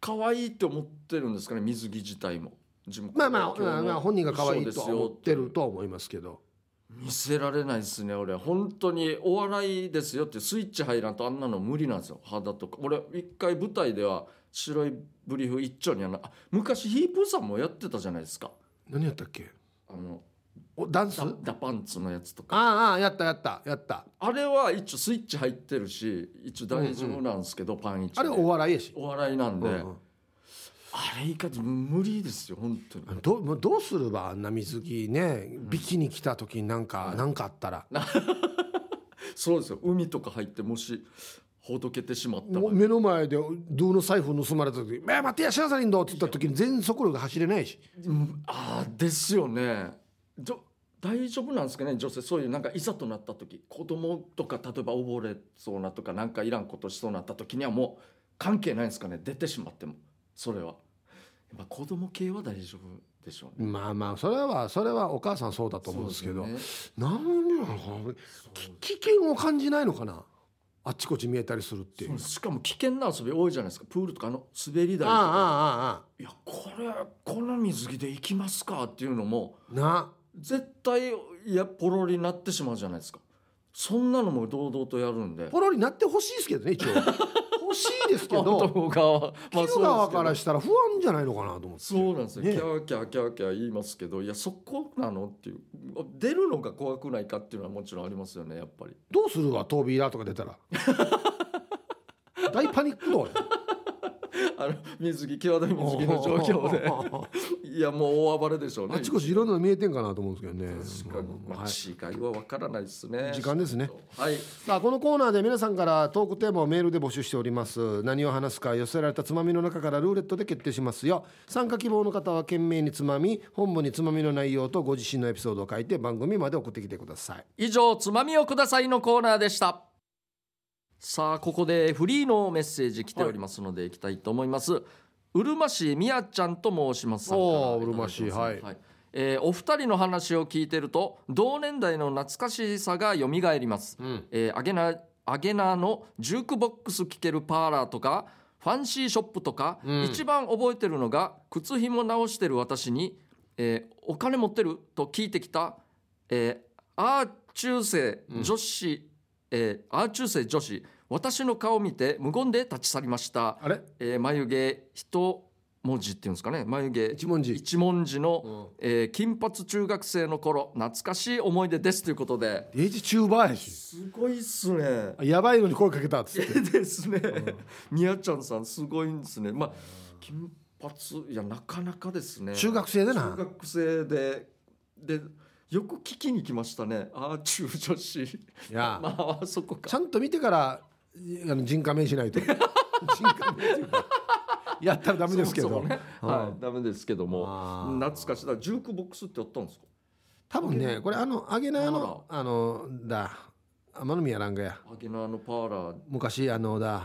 可愛いって思ってるんですかね水着自体も自分
まあまあ、
今日
まあ
も
まあ、本人が可愛
そうで
いとは
すよ
思ってるとは思いますけど。
見せられないですね俺本当にお笑いですよってスイッチ入らんとあんなの無理なんですよ肌とか俺一回舞台では白いブリーフ一丁にあのあ昔ヒープーさんもやってたじゃないですか
何やったっけ。
あの
お、ダンス。
ダ
あ
ダパンツのやつとか
あ、ああ、やった、やった、やった。
あれは一応スイッチ入ってるし一応大丈夫なんですけど、パン一で
あれお笑いやし。
お笑いなんで、
うんうん
あれいかず無理ですよ本当に
あのどう、もうどうすれば、あんな水着ね、ビキに来た時になんか、なんかあったら。
そうですよ海とか入ってもしほどけてしまったら
もう目の前で、どの財布盗まれた時、えー、待ってや、しなさいんどって言った時に、全速力走れないし。
うんああですよねじょ大丈夫なんですかね女性そういうなんかいざとなった時子供とか例えば溺れそうなとかなんかいらんことしそうなった時にはもう関係ないんですかね出てしまってもそれはまあ子供系は大丈夫でしょうね
まあまあ、それは、それはお母さんそうだと思うんですけど。
そうで
なんでなのかな、
すね
き危険を感じないのかな。あっちこっち見えたりするってい
そう
う。
ですしかも危険な遊び多いじゃないですかプールとかあの滑り台と
あ
か
あ、ああ、あ
いやこれこの水着で行きますかっていうのも
あ。な。
絶対いやポロリになってしまうじゃないですかそんなのも堂々とやるんで
ポロリになってほしいですけどね 一応欲しいですけど
男側まあ
着る側からしたら不安じゃないのかなと思って
そうなんですよ、
ね
キャーキャーキャーキャー言いますけどいやそこなのっていう出るのが怖くないかっていうのはもちろんありますよねやっぱり
どうするわトービーラーとか出 たら大パニックだ俺
あの水着際どい水着の状況でいいやもう大暴れでしょうね
あちこちいろんなの見えてんかなと思うんですけど
確か
ね
に、まあ、違いは分からないですね
時間ですね
はい
さあこのコーナーで皆さんからトークテーマをメールで募集しております何を話すか寄せられたつまみの中からルーレットで決定しますよ参加希望の方は懸命につまみ本部につまみの内容とご自身のエピソードを書いて番組まで送ってきてください
以上つまみをくださいのコーナーでしたさあここでフリーのメッセージ来ておりますので行きたいと思います、うるま市みやちゃんと申します
おー
さんから頂いてます
うるま市はい
えーお二人の話を聞いてると同年代の懐かしさがよみがえります、
うん
えーアゲナアゲナのジュークボックス聴けるパーラーとかファンシーショップとか、
うん
一番覚えてるのが靴ひも直してる私に、えーお金持ってる?」と聞いてきた、えーアー中世女子、えーアー中世女子私の顔を見て無言で立ち去りました、
あれ
えー眉毛一文字っていうんですかね眉毛
一文字
一文字の、
うん
えー金髪中学生の頃懐かしい思い出ですということで
デイジチューバーやし
すごいっすね
やばいのに声かけたっつって
え ですね、みやちゃんさんすごいんですねまあ金髪いやなかなかですね
中学生でな
中学生ででよく聞きに来ましたねああ中女子
いや
まああそこか
ちゃんと見てからいあの人加盟しないと 人加盟っていうかやったらダメですけど
そもそもね、
うん
はいダメですけど
あ
も
ー
懐かしいだからジュークボックスってやったんですか
多分ねこれあのアゲナーの
あ
あのだ天海やランガや
アゲナーのパーラー
昔あのだ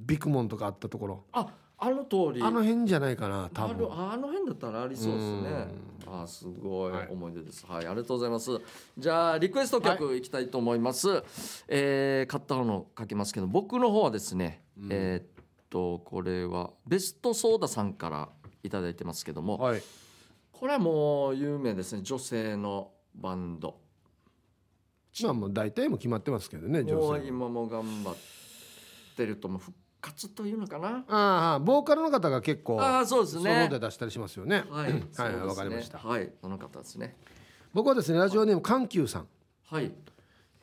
ビッグモンとかあったところ
ああの通り
あの辺じゃないかな多
あ
分
のあの辺だったらありそうですねあーすごい
はい
思い出ですはい、ありがとうございますじゃあリクエスト曲いきたいと思います、えー買ったのかけますけど僕の方はですね、えーっとこれはベストソーダさんからいただいてますけども、
はい
これはもう有名ですね女性のバンド
まあもう大体も決まってますけどね
も
女
う
性は
今も頑張ってるともう復活というのかな
ああボーカルの方が結構
ああそうです
そ
ね
の方で出したりしますよね
はい、そうですね
わかりました
はいその方ですね
僕はですねラジオネーム緩急さん
はい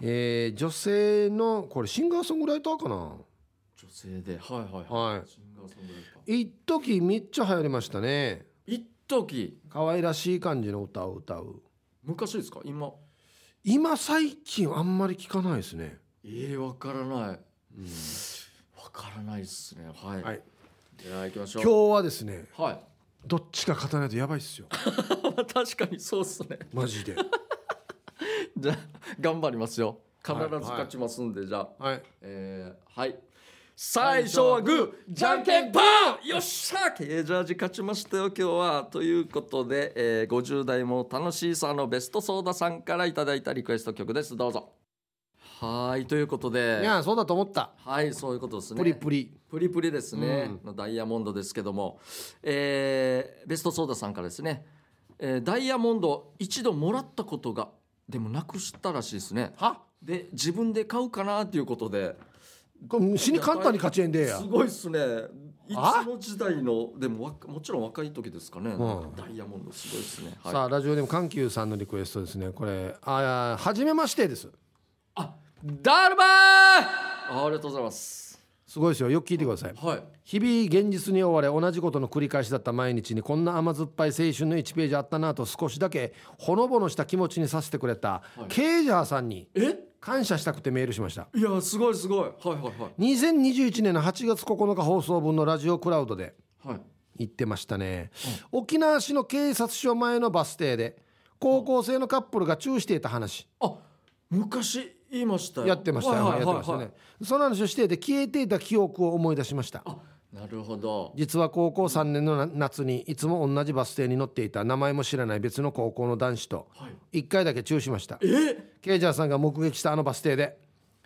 えー女性のこれシンガーソングライターかな
女性ではいはい
はい
シンガーソングライター
一時めっちゃ流行りましたね
一時
可愛らしい感じの歌を歌う
昔ですか今
今最近あんまり聞かないですね、
ええわからない
うん
わからないですねはい、
はい
じゃあ行きましょう
今日はですね
はい
どっちか勝たないとやばいっすよ
確かにそうっすね
マ ジで
じゃあ頑張りますよ必ず
はい
勝ちますんで、じゃあ
はい
えー、はい最初はグーじゃんけんパーよっしゃケージャージ勝ちましたよ今日はということで、えー、50代も楽しいさのベストソーダさんからいただいたリクエスト曲ですどうぞはいということで
いやそうだと思った
はいそういうことですね
プリプリ
プリプリですね、のダイヤモンドですけども、えーベストソーダさんからですね、えーダイヤモンド一度もらったことがでもなくしたらしいですね
は
で自分で買うかなということで
これ死に簡単に勝ちえんでえや
すごいですねいつ
あ
の時代のでもわもちろん若い時ですかね、
ん
ダイヤモンドすごいですね、はい、
さあラジオでも緩急さんのリクエストですねこれあはじめましてです
あダルバーあありがとうございます
すごいですよよく聞いてください
はい
日々現実に追われ同じことの繰り返しだった毎日にこんな甘酸っぱい青春の1ページあったなと少しだけほのぼのした気持ちにさせてくれた、ケイジャーさんに
え
感謝したくてメールしました
いやすごいすごいはいはいは
2021年の8月9日放送分のラジオクラウドで
いはい
言ってましたね、沖縄市の警察署前のバス停で高校生のカップルがチューしていた話
あ昔言いましたよ
やってましたよ、
はいはい
や
は
っ
い
てました
はい
ねその話をしていて消えていた記憶を思い出しました
あなるほど
実は高校3年のな夏にいつも同じバス停に乗っていた名前も知らない別の高校の男子と
はい
1回だけチューしました
え
ケイジャーさんが目撃したあのバス停で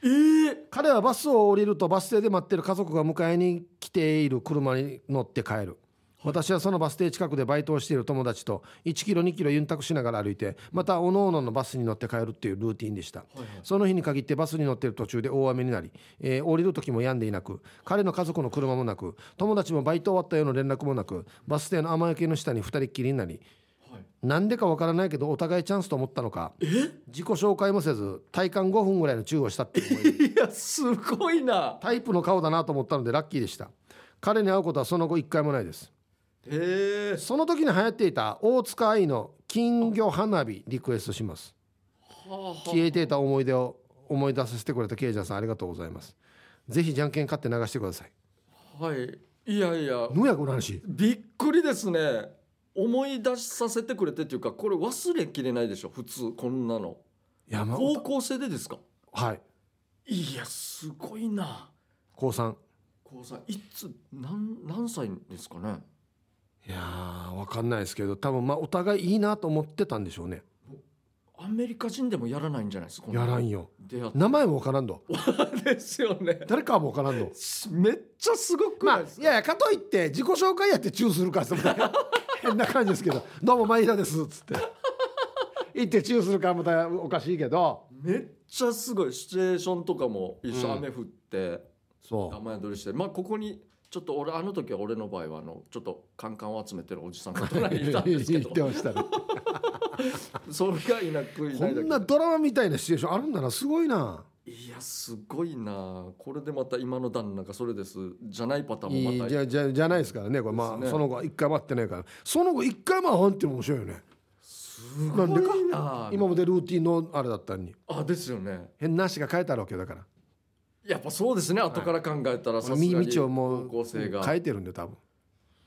えー、
彼はバスを降りるとバス停で待ってる家族が迎えに来ている車に乗って帰る私はそのバス停近くでバイトをしている友達と1キロ2キロユンタクしながら歩いてまたおのおののバスに乗って帰るっていうルーティンでした、その日に限ってバスに乗ってる途中で大雨になり、えー降りる時も病んでいなく彼の家族の車もなく友達もバイト終わったような連絡もなくバス停の雨よけの下に2人っきりになり
はい
なんでかわからないけどお互いチャンスと思ったのか自己紹介もせず体感5分ぐらいの中をしたっていう思い出
いやすごいな
タイプの顔だなと思ったのでラッキーでした彼に会うことはその後一回もないです
へえ。
その時に流行っていた大塚愛の金魚花火リクエストします
はあ
消えていた思い出を思い出させてくれたケイジャンさんありがとうございますぜひじゃんけん勝って流してください
はあはい。いやいや。
無役の話
びっくりですね。思い出させてくれてっていうか、これ忘れきれないでしょ。普通こんなの。
山
高校生でですか。
はい
いや、すごいな。
高三
高三、いつ、なん、何歳ですかね。
いやーわかんないですけど多分まあお互いいいなと思ってたんでしょうね
アメリカ人でもやらないんじゃないですか。こ
やらん
よ。
よ
出会っ
名前もわからんど
たですよね。
誰かもわからんど
めっちゃすごく
ま
な
あ
いです
い
か。
やいやかといって自己紹介やってチューするかそんな 変な感じですけど「どうもマイラです」っつって言ってチューするかまたおかしいけど
めっちゃすごいシチュエーションとかも一緒
うん
雨降って
そ
雨宿りして、まあここにちょっと俺あの時は俺の場合はあのちょっとカンカンを集めてるおじさんが隣にいたんですけ
言っ
ど
てましたね
それがいなくい
こ
ないだ
ん
け
なドラマみたいなシチュエーションあるんだなすごいない
やすごいなこれでまた今の旦那がそれですじゃないパターンも
い
また
いじゃじゃじゃないですからねこれま
です
あ
ね
その後は一回待ってないからその後一回まあはんっていうのも面白いよね
す
なんでか
ごいな
今までルーティンのあれだったのに
あですよね
変な足が変えたわけよだから
やっぱそうですね後から考えたら
こ
さ
の
すが
右
に
道をも
高
う
校生が
変えてるんで多分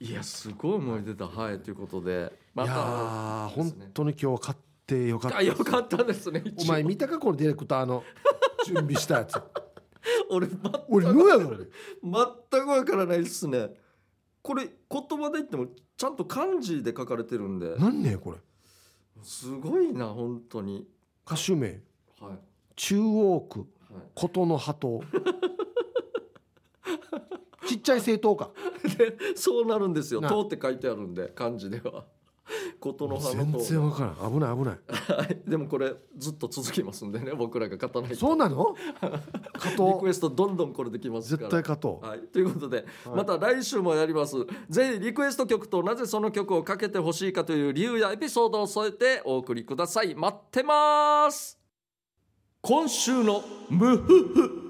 いやすごい思い出だはいということでま
いや
た
ー本当に今日買ってよかった
あよかったですね
お
一応
前見たかこのディレクターの準備したやつ
俺ま
俺のやろ
全くわからないっすねこれ言葉で言ってもちゃんと漢字で書かれてるんで
なんねこれ
すごいな本当に
歌手名
はい
中央区
は
琴の波頭ちっちゃい政党か
い、そうなるんですよ「
な
と」って書いてあるんで漢字ではことの葉
全
の
然
と
わからん危ない危ない
はいでもこれずっと続きますんでね僕らが勝たないと
そうなの加
リク
藤
エストどんどんこれできますから
絶対加藤
はい、ということで、また来週もやりますぜひリクエスト曲となぜその曲をかけてほしいかという理由やエピソードを添えてお送りください待ってます今週のムフフ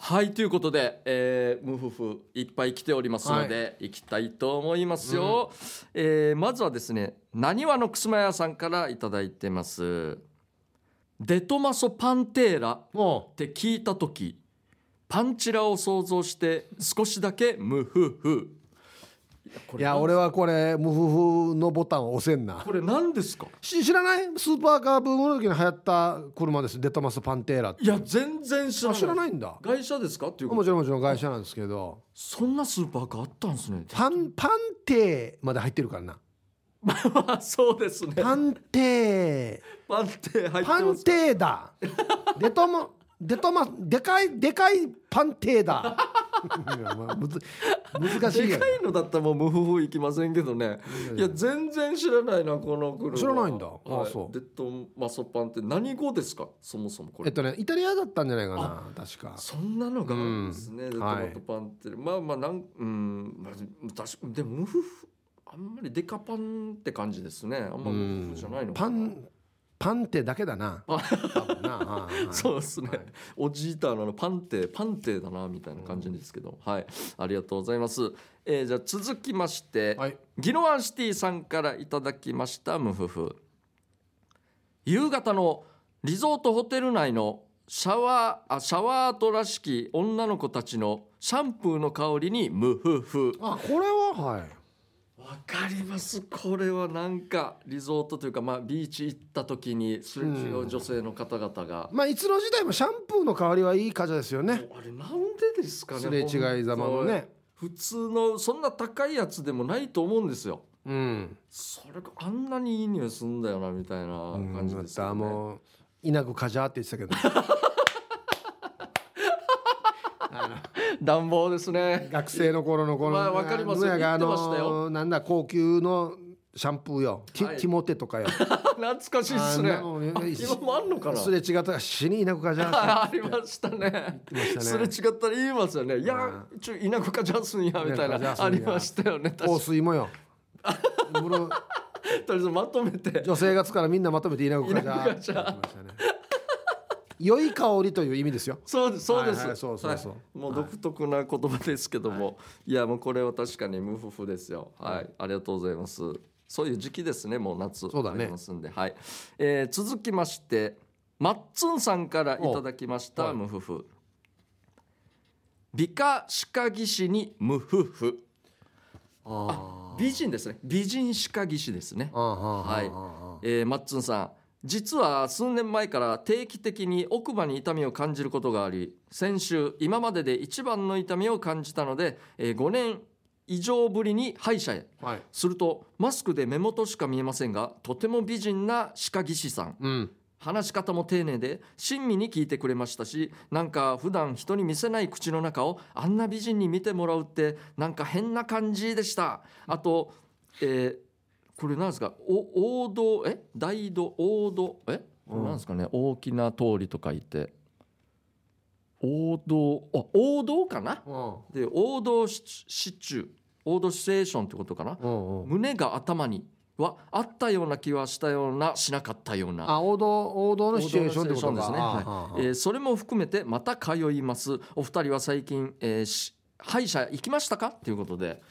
はいということで、えー、ムフフいっぱい来ておりますので、行きたいと思いますよ、えーまずはですねなにわのくすま屋さんからいただいてますデトマソパンテーラ
も
って聞いた時パンチラを想像して少しだけムフフ
ういや俺はこれ無夫婦のボタンを押せんな
これ何ですか
し知らないスーパーカーブームの時に流行った車ですデトマスパンテーラって
いや全然知ら
あ
ない
知らないんだ
外車ですかっていうこ
も
と
ちろんもちろん会社なんですけど
そんなスーパーカーあったんです ね
パンパンテーまで入ってるからな
そうですね
パンテー
パンテ入って
パ
ま
ン
す
テーだデトマデトマでかいでかいパンテーだいやまあむず難しい
で
よ
かいのだったらもうムフフいきませんけどねいや全然知らないなこの車
知らないんだあ
はい
そう
デッドマソパンって何語ですかそもそもこ
え
れ
っとねイタリアだったんじゃないかな確か
そんなのがあるんですね、
うん
でトマトパンって、まあまあなんうん、まあ、確かでもムフフあんまりデカパンって感じですねあんまムフフじゃないのか
パ
な
ンパンテーだけ だな
パン
多分なはいはい
そうですね、
はい
おじいたのあのパンテパンテだなみたいな感じですけど、はいありがとうございます、えーじゃあ続きまして、
はい
ギノワンシティさんからいただきましたムフフ夕方のリゾートホテル内のシャワーあシャワーアートらしき女の子たちのシャンプーの香りにムフフ
あこれははい
わかりますこれはなんかリゾートというか、まあ、ビーチ行った時にすれ違う女性の方々が、
まあいつの時代もシャンプーの代わりはいい風ですよね
あれなんでですかね
すれ違いざまのね
本当普通のそんな高いやつでもないと思うんですよ
うん
それがあんなにいい匂いするんだよなみたいな感じです
うん
よ
また
ね、
もう稲子カジャーって言ってたけどあ
暖房です
の
ね
学生の頃のこの、
まあわかりますよ
のやがあ
言ってました
の
よ
なんだ高級のシャンプーよ、テ
は
ィ
い
ティモテとかよ
懐かしいっすね
あのね
あ今もあんのかな
すれ違ったら死に稲子カ ジャー
あありましたね
ましたね
すれ違ったら言いますよねいやちょ稲子かジャスンやみたい
稲子かジャスン
な
や
ありましたよね確
香
か
水もよ無論
にとりあえずまとめて
女性がつからみんなまとめて稲子カジ
稲
ャー
子
って
カジャー
言ってましたね良い香りという意味ですよ
そうですそうです、
はいはいそうそうそう
はいもう独特な言葉ですけども、い、やもうこれは確かに無夫婦ですよはい、ありがとうございますそういう時期ですねもう夏
そうだね
ありますんではい、えー続きましてマッツンさんからいただきまし
お
た
はい
無夫婦美化歯科技師に無夫婦
あ
美人ですね美人歯科技師ですね
あは
はいいえーマッツンさん実は数年前から定期的に奥歯に痛みを感じることがあり先週今までで一番の痛みを感じたので、え5年以上ぶりに歯医者へ
はい
するとマスクで目元しか見えませんがとても美人な歯科技師さん
うん
話し方も丁寧で親身に聞いてくれましたしなんか普段人に見せない口の中をあんな美人に見てもらうってなんか変な感じでしたあと、えーこれなんですかお王道え大道王道えこれなんですかね、大きな通りと書いて王道あ王道かな
うん
で王道シシチュー王道シチュエーションってことかな
うんうん
胸が頭にはあったような気はしたようなしなかったような
あ王道王道のシチュエーションってことか
ですね、
あ
は
ーはいい
えーそれも含めてまた通いますお二人は最近、えーし歯医者行きましたかということで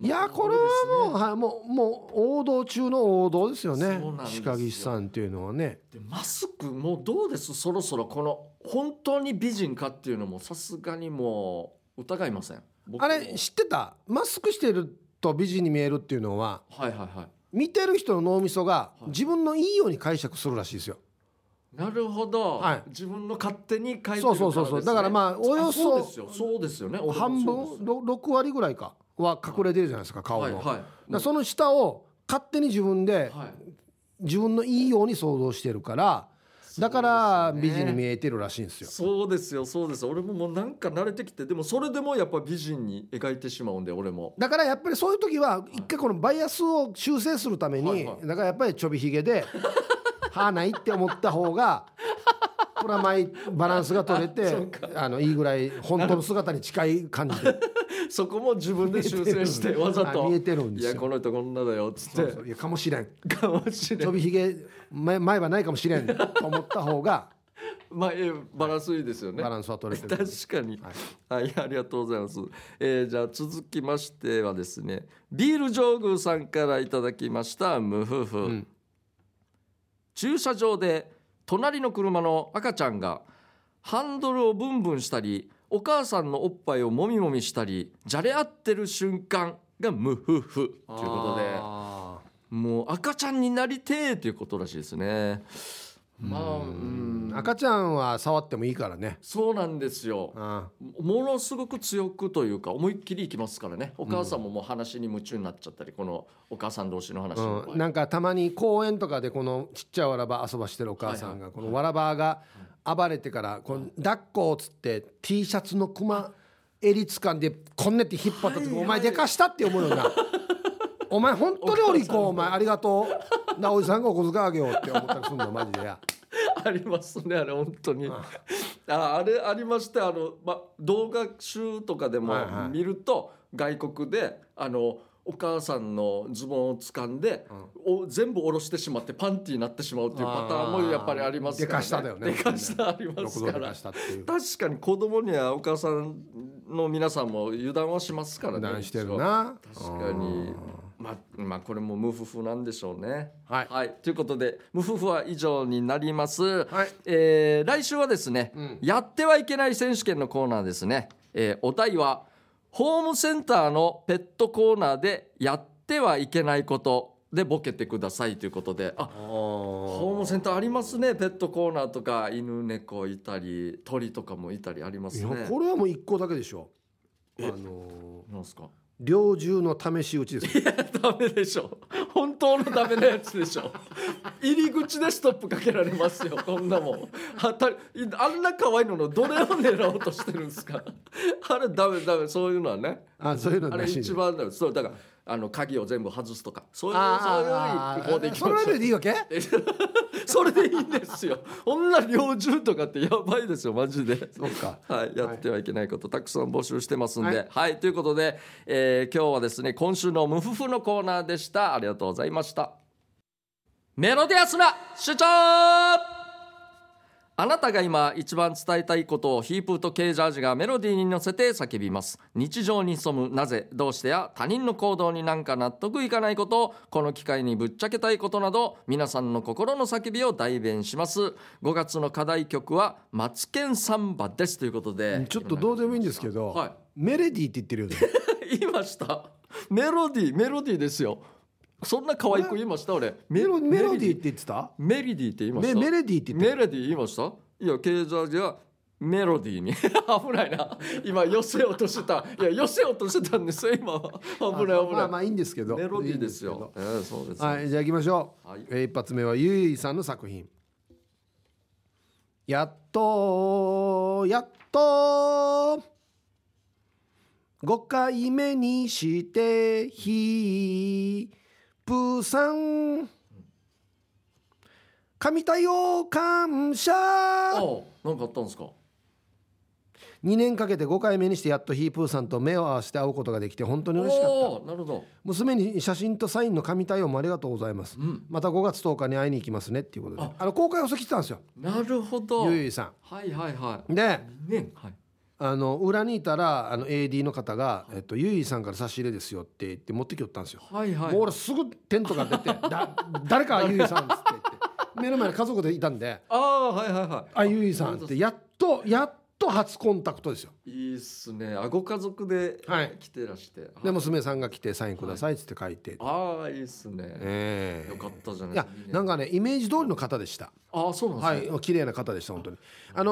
いやこれはもう、はい、もうもう王道中の王道ですよね
そうなんです
歯
よ
科技師さんっていうのはね
でマスクもうどうですそろそろこの本当に美人かっていうのもさすがにもう疑いません僕も
あれ知ってたマスクしてると美人に見えるっていうのは
はいはいは
見てる人の脳みそが
はい
自分のいいように解釈するらしいですよ。
いなるほど、
はい
自分の勝手に書いてるからです、ね、
そうそうそうそうだからまあおよ
そうで
そ
すよそうですよね俺も
半
そう
分
で
ろ六割ぐらいかは隠れてるじゃないですか
す
顔の。
はい
だか
はい
らその下を勝手に自分で
はい
自分のいいように想像してるからだから美人に見えてるらしいんですよ。
そうですよそうです俺ももうなんか慣れてきてでもそれでもやっぱ美人に描いてしまうんで俺も
だからやっぱりそういう時は一回このバイアスを修正するために、
はいはい
だからやっぱりちょびひげで 歯ないって思った方がプラマイバランスが取れ
あ
て
そうか
あのいいぐらい本当の姿に近い感じで
そこも自分で修正してわざと
あ見えてるん
い
ですよ
やこの人こんなだよっつって
そうそういやかもしれん
かもしれ
ちょ
ん
びひげ前前歯ないかもしれんと思った方が
まあえーバランスいいですよ ね
バランスは取れて
確
る。
かに
はい
はい、ありがとうございます。えーじゃあ続きましてはですね、ビール上宮さんからいただきました無夫婦、
ん
駐車場で隣の車の赤ちゃんがハンドルをブンブンしたり、お母さんのおっぱいをもみもみしたり、じゃれ合ってる瞬間が無夫婦ということで。
あ
もう赤ちゃんになりてーということらしいですね。まあ、うん
ー赤ちゃんは触ってもいいからね。
そうなんですよ。
あ
ものすごく強くというか思いっきりいきますからねお母さんももう話に夢中になっちゃったり、このお母さん同士の話の
ー
場合、
うん、なんかたまに公園とかでこのちっちゃいわらば遊ばしてるお母さんがこのわらばが暴れてからこの抱っこをつって T シャツのクマ襟つかんでこんねって引っ張った時、
はい
お前でかしたって思うよ うなお前本当にお利口お前ありがとうなおじさんがお小遣いあげようって思ったりするのマジでや
ありますねあれ本当にああれありましてあの、ま、動画集とかでも
はいはい
見ると、外国であのお母さんのズボンを掴んで、お全部下ろしてしまってパンティーになってしまうというパターンもやっぱりあります
でかしただよね
でかしたあり
ろ
ま
く
す
ど
か
でからしたっていう
確かに子供にはお母さんの皆さんも油断はしますからね
断してるな
確かにまあまあこれも無夫婦なんでしょうね
はい
ということで無夫婦は以上になります、
はい
えー来週はですね、やってはいけない選手権のコーナーですね、えーお題はホームセンターのペットコーナーでやってはいけないことでボケてくださいということであホームセンターありますねペットコーナーとか犬猫いたり鳥とかもいたりありま
い
す
や
ね
これはもう一個だけでしょあのー
なんですか
猟銃の試し撃ちです
いやダメでしょ本当のダメなやつでしょ入り口でストップかけられますよこんなもんはたいあんな可愛いののどれを狙おうとしてるんですかあれダメダメそういうのはね
あそういうの
あれ
なし
一
で
番だよそうだからあの鍵を全部外すとかそういうそういう
あー
方でいき
その
ま
レ
し
ベ
ょ
ル
う
でいいわけ
それでいいんですよ女猟銃とかってやばいですよマジで
そうか
はい、やってはいけないこと、たくさん募集してますんで。
は
はいい、ということで、えー今日はですね、今週の無夫婦のコーナーでした。ありがとうございました。メロディアスな主張あなたが今一番伝えたいことをヒープーとケージャージがメロディーに乗せて叫びます日常に潜むなぜどうしてや他人の行動になんか納得いかないことをこの機会にぶっちゃけたいことなど皆さんの心の叫びを代弁します5月の課題曲は「マツケンサンバ」ですということで
ちょっとどうでもいいんですけど、
はい
メレディーって言ってるよね
言いましたメロディーメロディーですよそんな可愛く言いました俺
メロメロディーっ
ー
て言ってた
メリディーって言いまし
メ
た
メレディーって言って
メロディー言いましたいやケージャージはメロディーに 危ないな今寄せようとしてたいや寄せようとしてたんですよ今は危ない
あ
危
まあま
な
あいいんですけど
いメロディーですよええそうですね
はい、じゃあ行きましょう。
はい
えー一発目はゆいさんの作品。やっとやっと5回目にしてヒープーさん神対応感謝
ああなんかあったんですか
2年かけて5回目にしてやっとヒープーさんと目を合わせて会うことができて本当に嬉しかった
おおなるほど
娘に写真とサインの紙対応もありがとうございます、また5月10日に会いに行きますねっていうことであの公開遅きてたんですよ
なるほど
ゆいさ
はいはいはい
んで
ねはい
あの裏にいたらあの AD の方が、えっと「ゆいさんから差し入れですよ」って言って持ってきよったんですよ、
はいはい
もう俺すぐテントから出て 「だ誰かゆいさん」っつって言って目の前に家族でいたんで
ああはいはいは
「あゆいさん」ってやっとやっと初コンタクトですよ
いいいっすねあご家族で
はい
来てらして
で娘さんが来て「サインください」っつって書いて、
ああいいっすね
ええ
よかったじゃないで
い
すか
やなんかねイメージ通りの方でした
ああそうなんです
は
ね
い、綺麗な方でした本当に。あの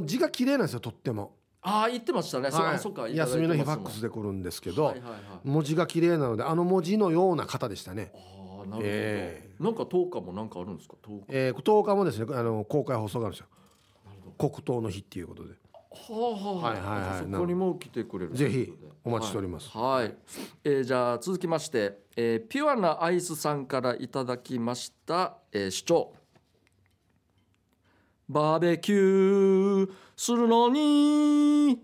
ー字が綺麗なんですよとっても。
ああ言ってましたね、そう
は
あ
い
そうか
休みの日ファ
バ
ックスで来るんですけ
は
ど
いはいはい
文字が綺麗なのであの文字のような方でしたね
あ。あなるほど、
え
なんか10日もなんかあるんですか10日
えー、10日もですねあの公開放送があるんですよ。黒糖の日っていうことで
はあはあ、
はいはいはい
そこにも来てくれる
ぜひお待ちしております。
はい、はいえーじゃあ続きまして、えーピュアなアイスさんからいただきました、えー、主張バーベキューするのに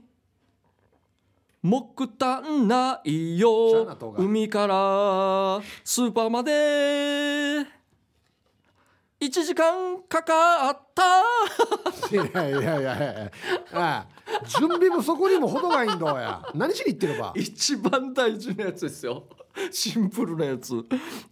木炭ない
しゃあな
よ
動画
海からスーパーまで1時間かかった
いやいやいやいやああ準備もそこにも程がいいんだおや。何しに行ってるか。
一番大事なやつですよシンプルなやつ、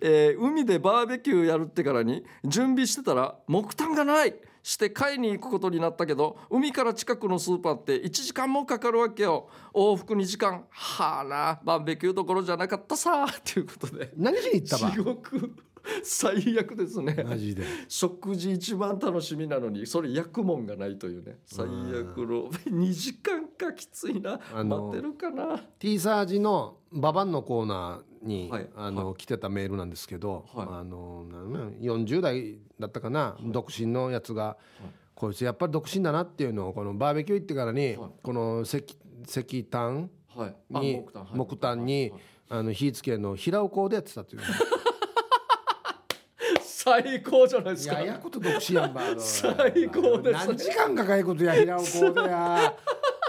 えー海でバーベキューやるってからに準備してたら木炭がないして買いに行くことになったけど海から近くのスーパーって1時間もかかるわけよ往復2時間はあなバーベキューどころじゃなかったさということで
何しに行ったば
地。獄最悪ですね
マジで。
食事一番楽しみなのにそれ焼くもんがないというね最悪の2時間かきついな
あの
待ってるかな
T サージのババンのコーナーに、
はい
あの来てたメールなんですけど、
はい
あのなんなん40代だったかな、独身のやつが、こいつやっぱり独身だなっていうのをこのバーベキュー行ってからに、
はい
この石石炭
はいあ
に
木炭はい
木炭に、あの火つけるのを平尾港でやってた っていう
最高じゃないですか
ややこと独身やんばあの
最高です
何時間かかいことや平尾港で や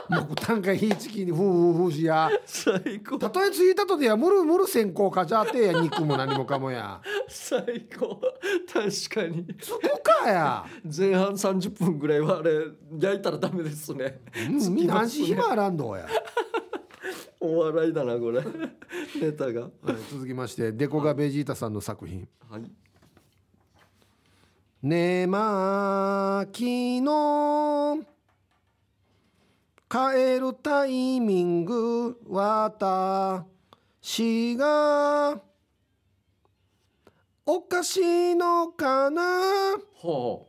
木炭か火つきにふうふうふうしや
最高
たとえついたとでやむるむる線香かじゃってや 肉も何もかもや
最高確かに
そこかや
前半30分ぐらいはあれ焼いたらダメですね
うんみんな何時暇あらんどや、
お笑いだなこれ ネタが
はい続きましてデコがベジータさんの作品
はい
「ねまきの帰るタイミング私がおかしいのかな」
ほ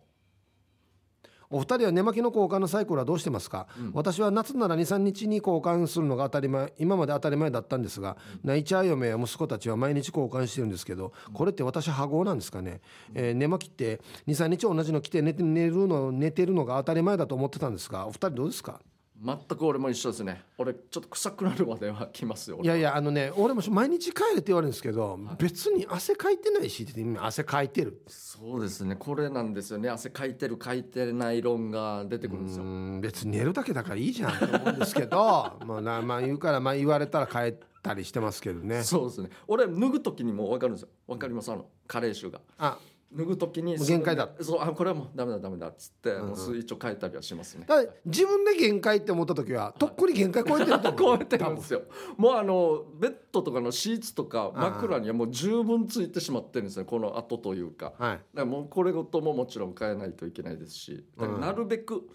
お二人は寝巻きの交換のサイクルはどうしてますか、私は夏なら23日に交換するのが当たり前今まで当たり前だったんですが、泣いちゃう嫁や息子たちは毎日交換してるんですけどこれって私は合なんですかね、えー寝巻きって23日同じの着て寝て寝るの寝てるのが当たり前だと思ってたんですがお二人どうですか
う全く俺も一緒ですね俺ちょっと臭くなるまでは来ますよ俺
いやいやあのね俺も毎日帰れって言われるんですけど、別に汗かいてないしって言って今汗かいてる
そうですねこれなんですよね汗かいてるかいてない論が出てくるんです
う
よ
ん別に寝るだけだからいいじゃんと思うんですけど まあなまあ言うから、まあ、言われたら帰ったりしてますけどね
そうですね俺脱ぐ時にもう分かるんですよ分かりますあの加齢臭が
あ
脱ぐ時に
もう限界だ
そうあこれはもうダメだダメだっつって、
んうん
もうスイッチを変えたりはしますね
だから自分で限界って思った時はとっくに限界 超えてると思
超
う
えてるんですよもうあのベッドとかのシーツとか枕にはもう十分ついてしまってるんですねこの後というかだか
はい
らもうこれごとももちろん変えないといけないですしだからなるべく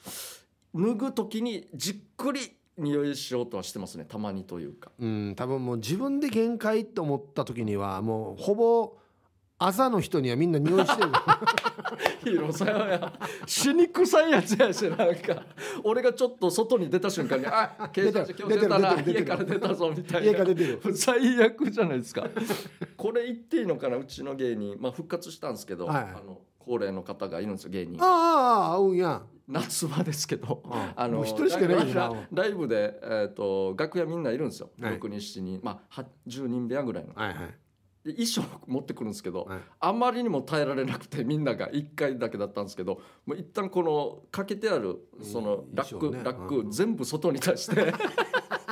脱ぐ時にじっくり匂いしようとはしてますねたまにというか
うん多分もう自分で限界って思った時にはもうほぼあざの人にはみんな匂いしてる
ヒーローさんや死に臭いやつやしなんか俺がちょっと外に出た瞬間に「 あ警察今日出たな
出
家
てる出てる出てる
から出たぞ」みたいな
家から出てる
最悪じゃないですか これ言っていいのかなうちの芸人、まあ、復活したんですけど、
はい
あの高齢の方がいるんですよ芸人
ああああうんや
ナスバですけど、
うん
あ
も
の
う一人しかいないんだ
ライブライブで、えー、と楽屋みんないるんですよ、
はい
6人7人、まあ、は10人部屋ぐらいの
はいはい
で衣装持ってくるんですけど、
はい
あまりにも耐えられなくてみんなが1回だけだったんですけどもう一旦このかけてあるその
うん
ラック、
衣装ね
ラック
うん
全部外に出して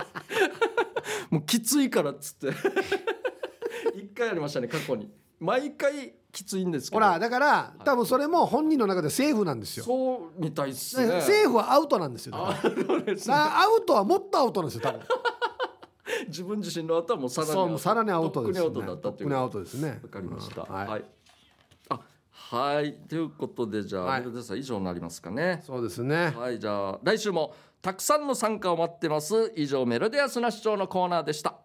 もうきついからっつって1回ありましたね過去に毎回きついんですけ
ほ
ど
らだから多分それも本人の中でセーフなんですよ
そうみたいっす
だか
ね
らセーフはアウトなんですよだから
あそうです
だからアウトはもっとアウトなんですよ多分
自分自身の後はもうさらに
そうもうさらにアウ
と
ト
っ
で
くに
す
ア
よ
ウ
ね
トだった
と
っ
って
い
く
う
に
わ
アウトですね
かりました、
うんはい、
はいあはいということでじゃあ、
はい
レベルさん以上になりますかね
そうですね
はい、じゃあ来週もたくさんの参加を待ってます。以上メロディアスな主張のコーナーでした。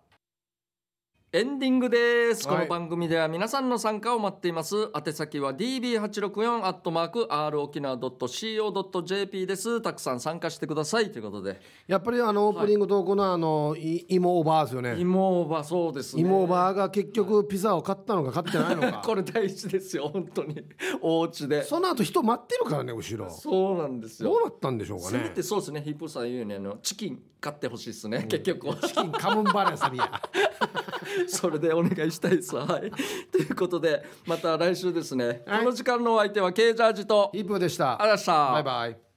エンディングです。
はい
この番組では皆さんの参加を待っています。宛先は db864 アットマーク r 沖縄 .co.jp です。たくさん参加してくださいということで。
やっぱりあのオープニング投稿のあのい芋おばあですよね
芋はそうですね。
芋おばあが結局ピザを買ったのか買ってないのか
これ大事ですよ本当にお家で。
その後人待ってるからね後ろ
そうなんです
どう
よ。
なったんでしょうか
せめ
ね
てそうですねヒップーさん言うようにあのチキン買ってほしいですね、結局は
チキンカムンバレサビア
それでお願いしたいです。はい。ということで、また来週ですね。
はい
この時間のお相手は、ケージャージと、ありがとう
ヒップーでした
ございました。
バイバイ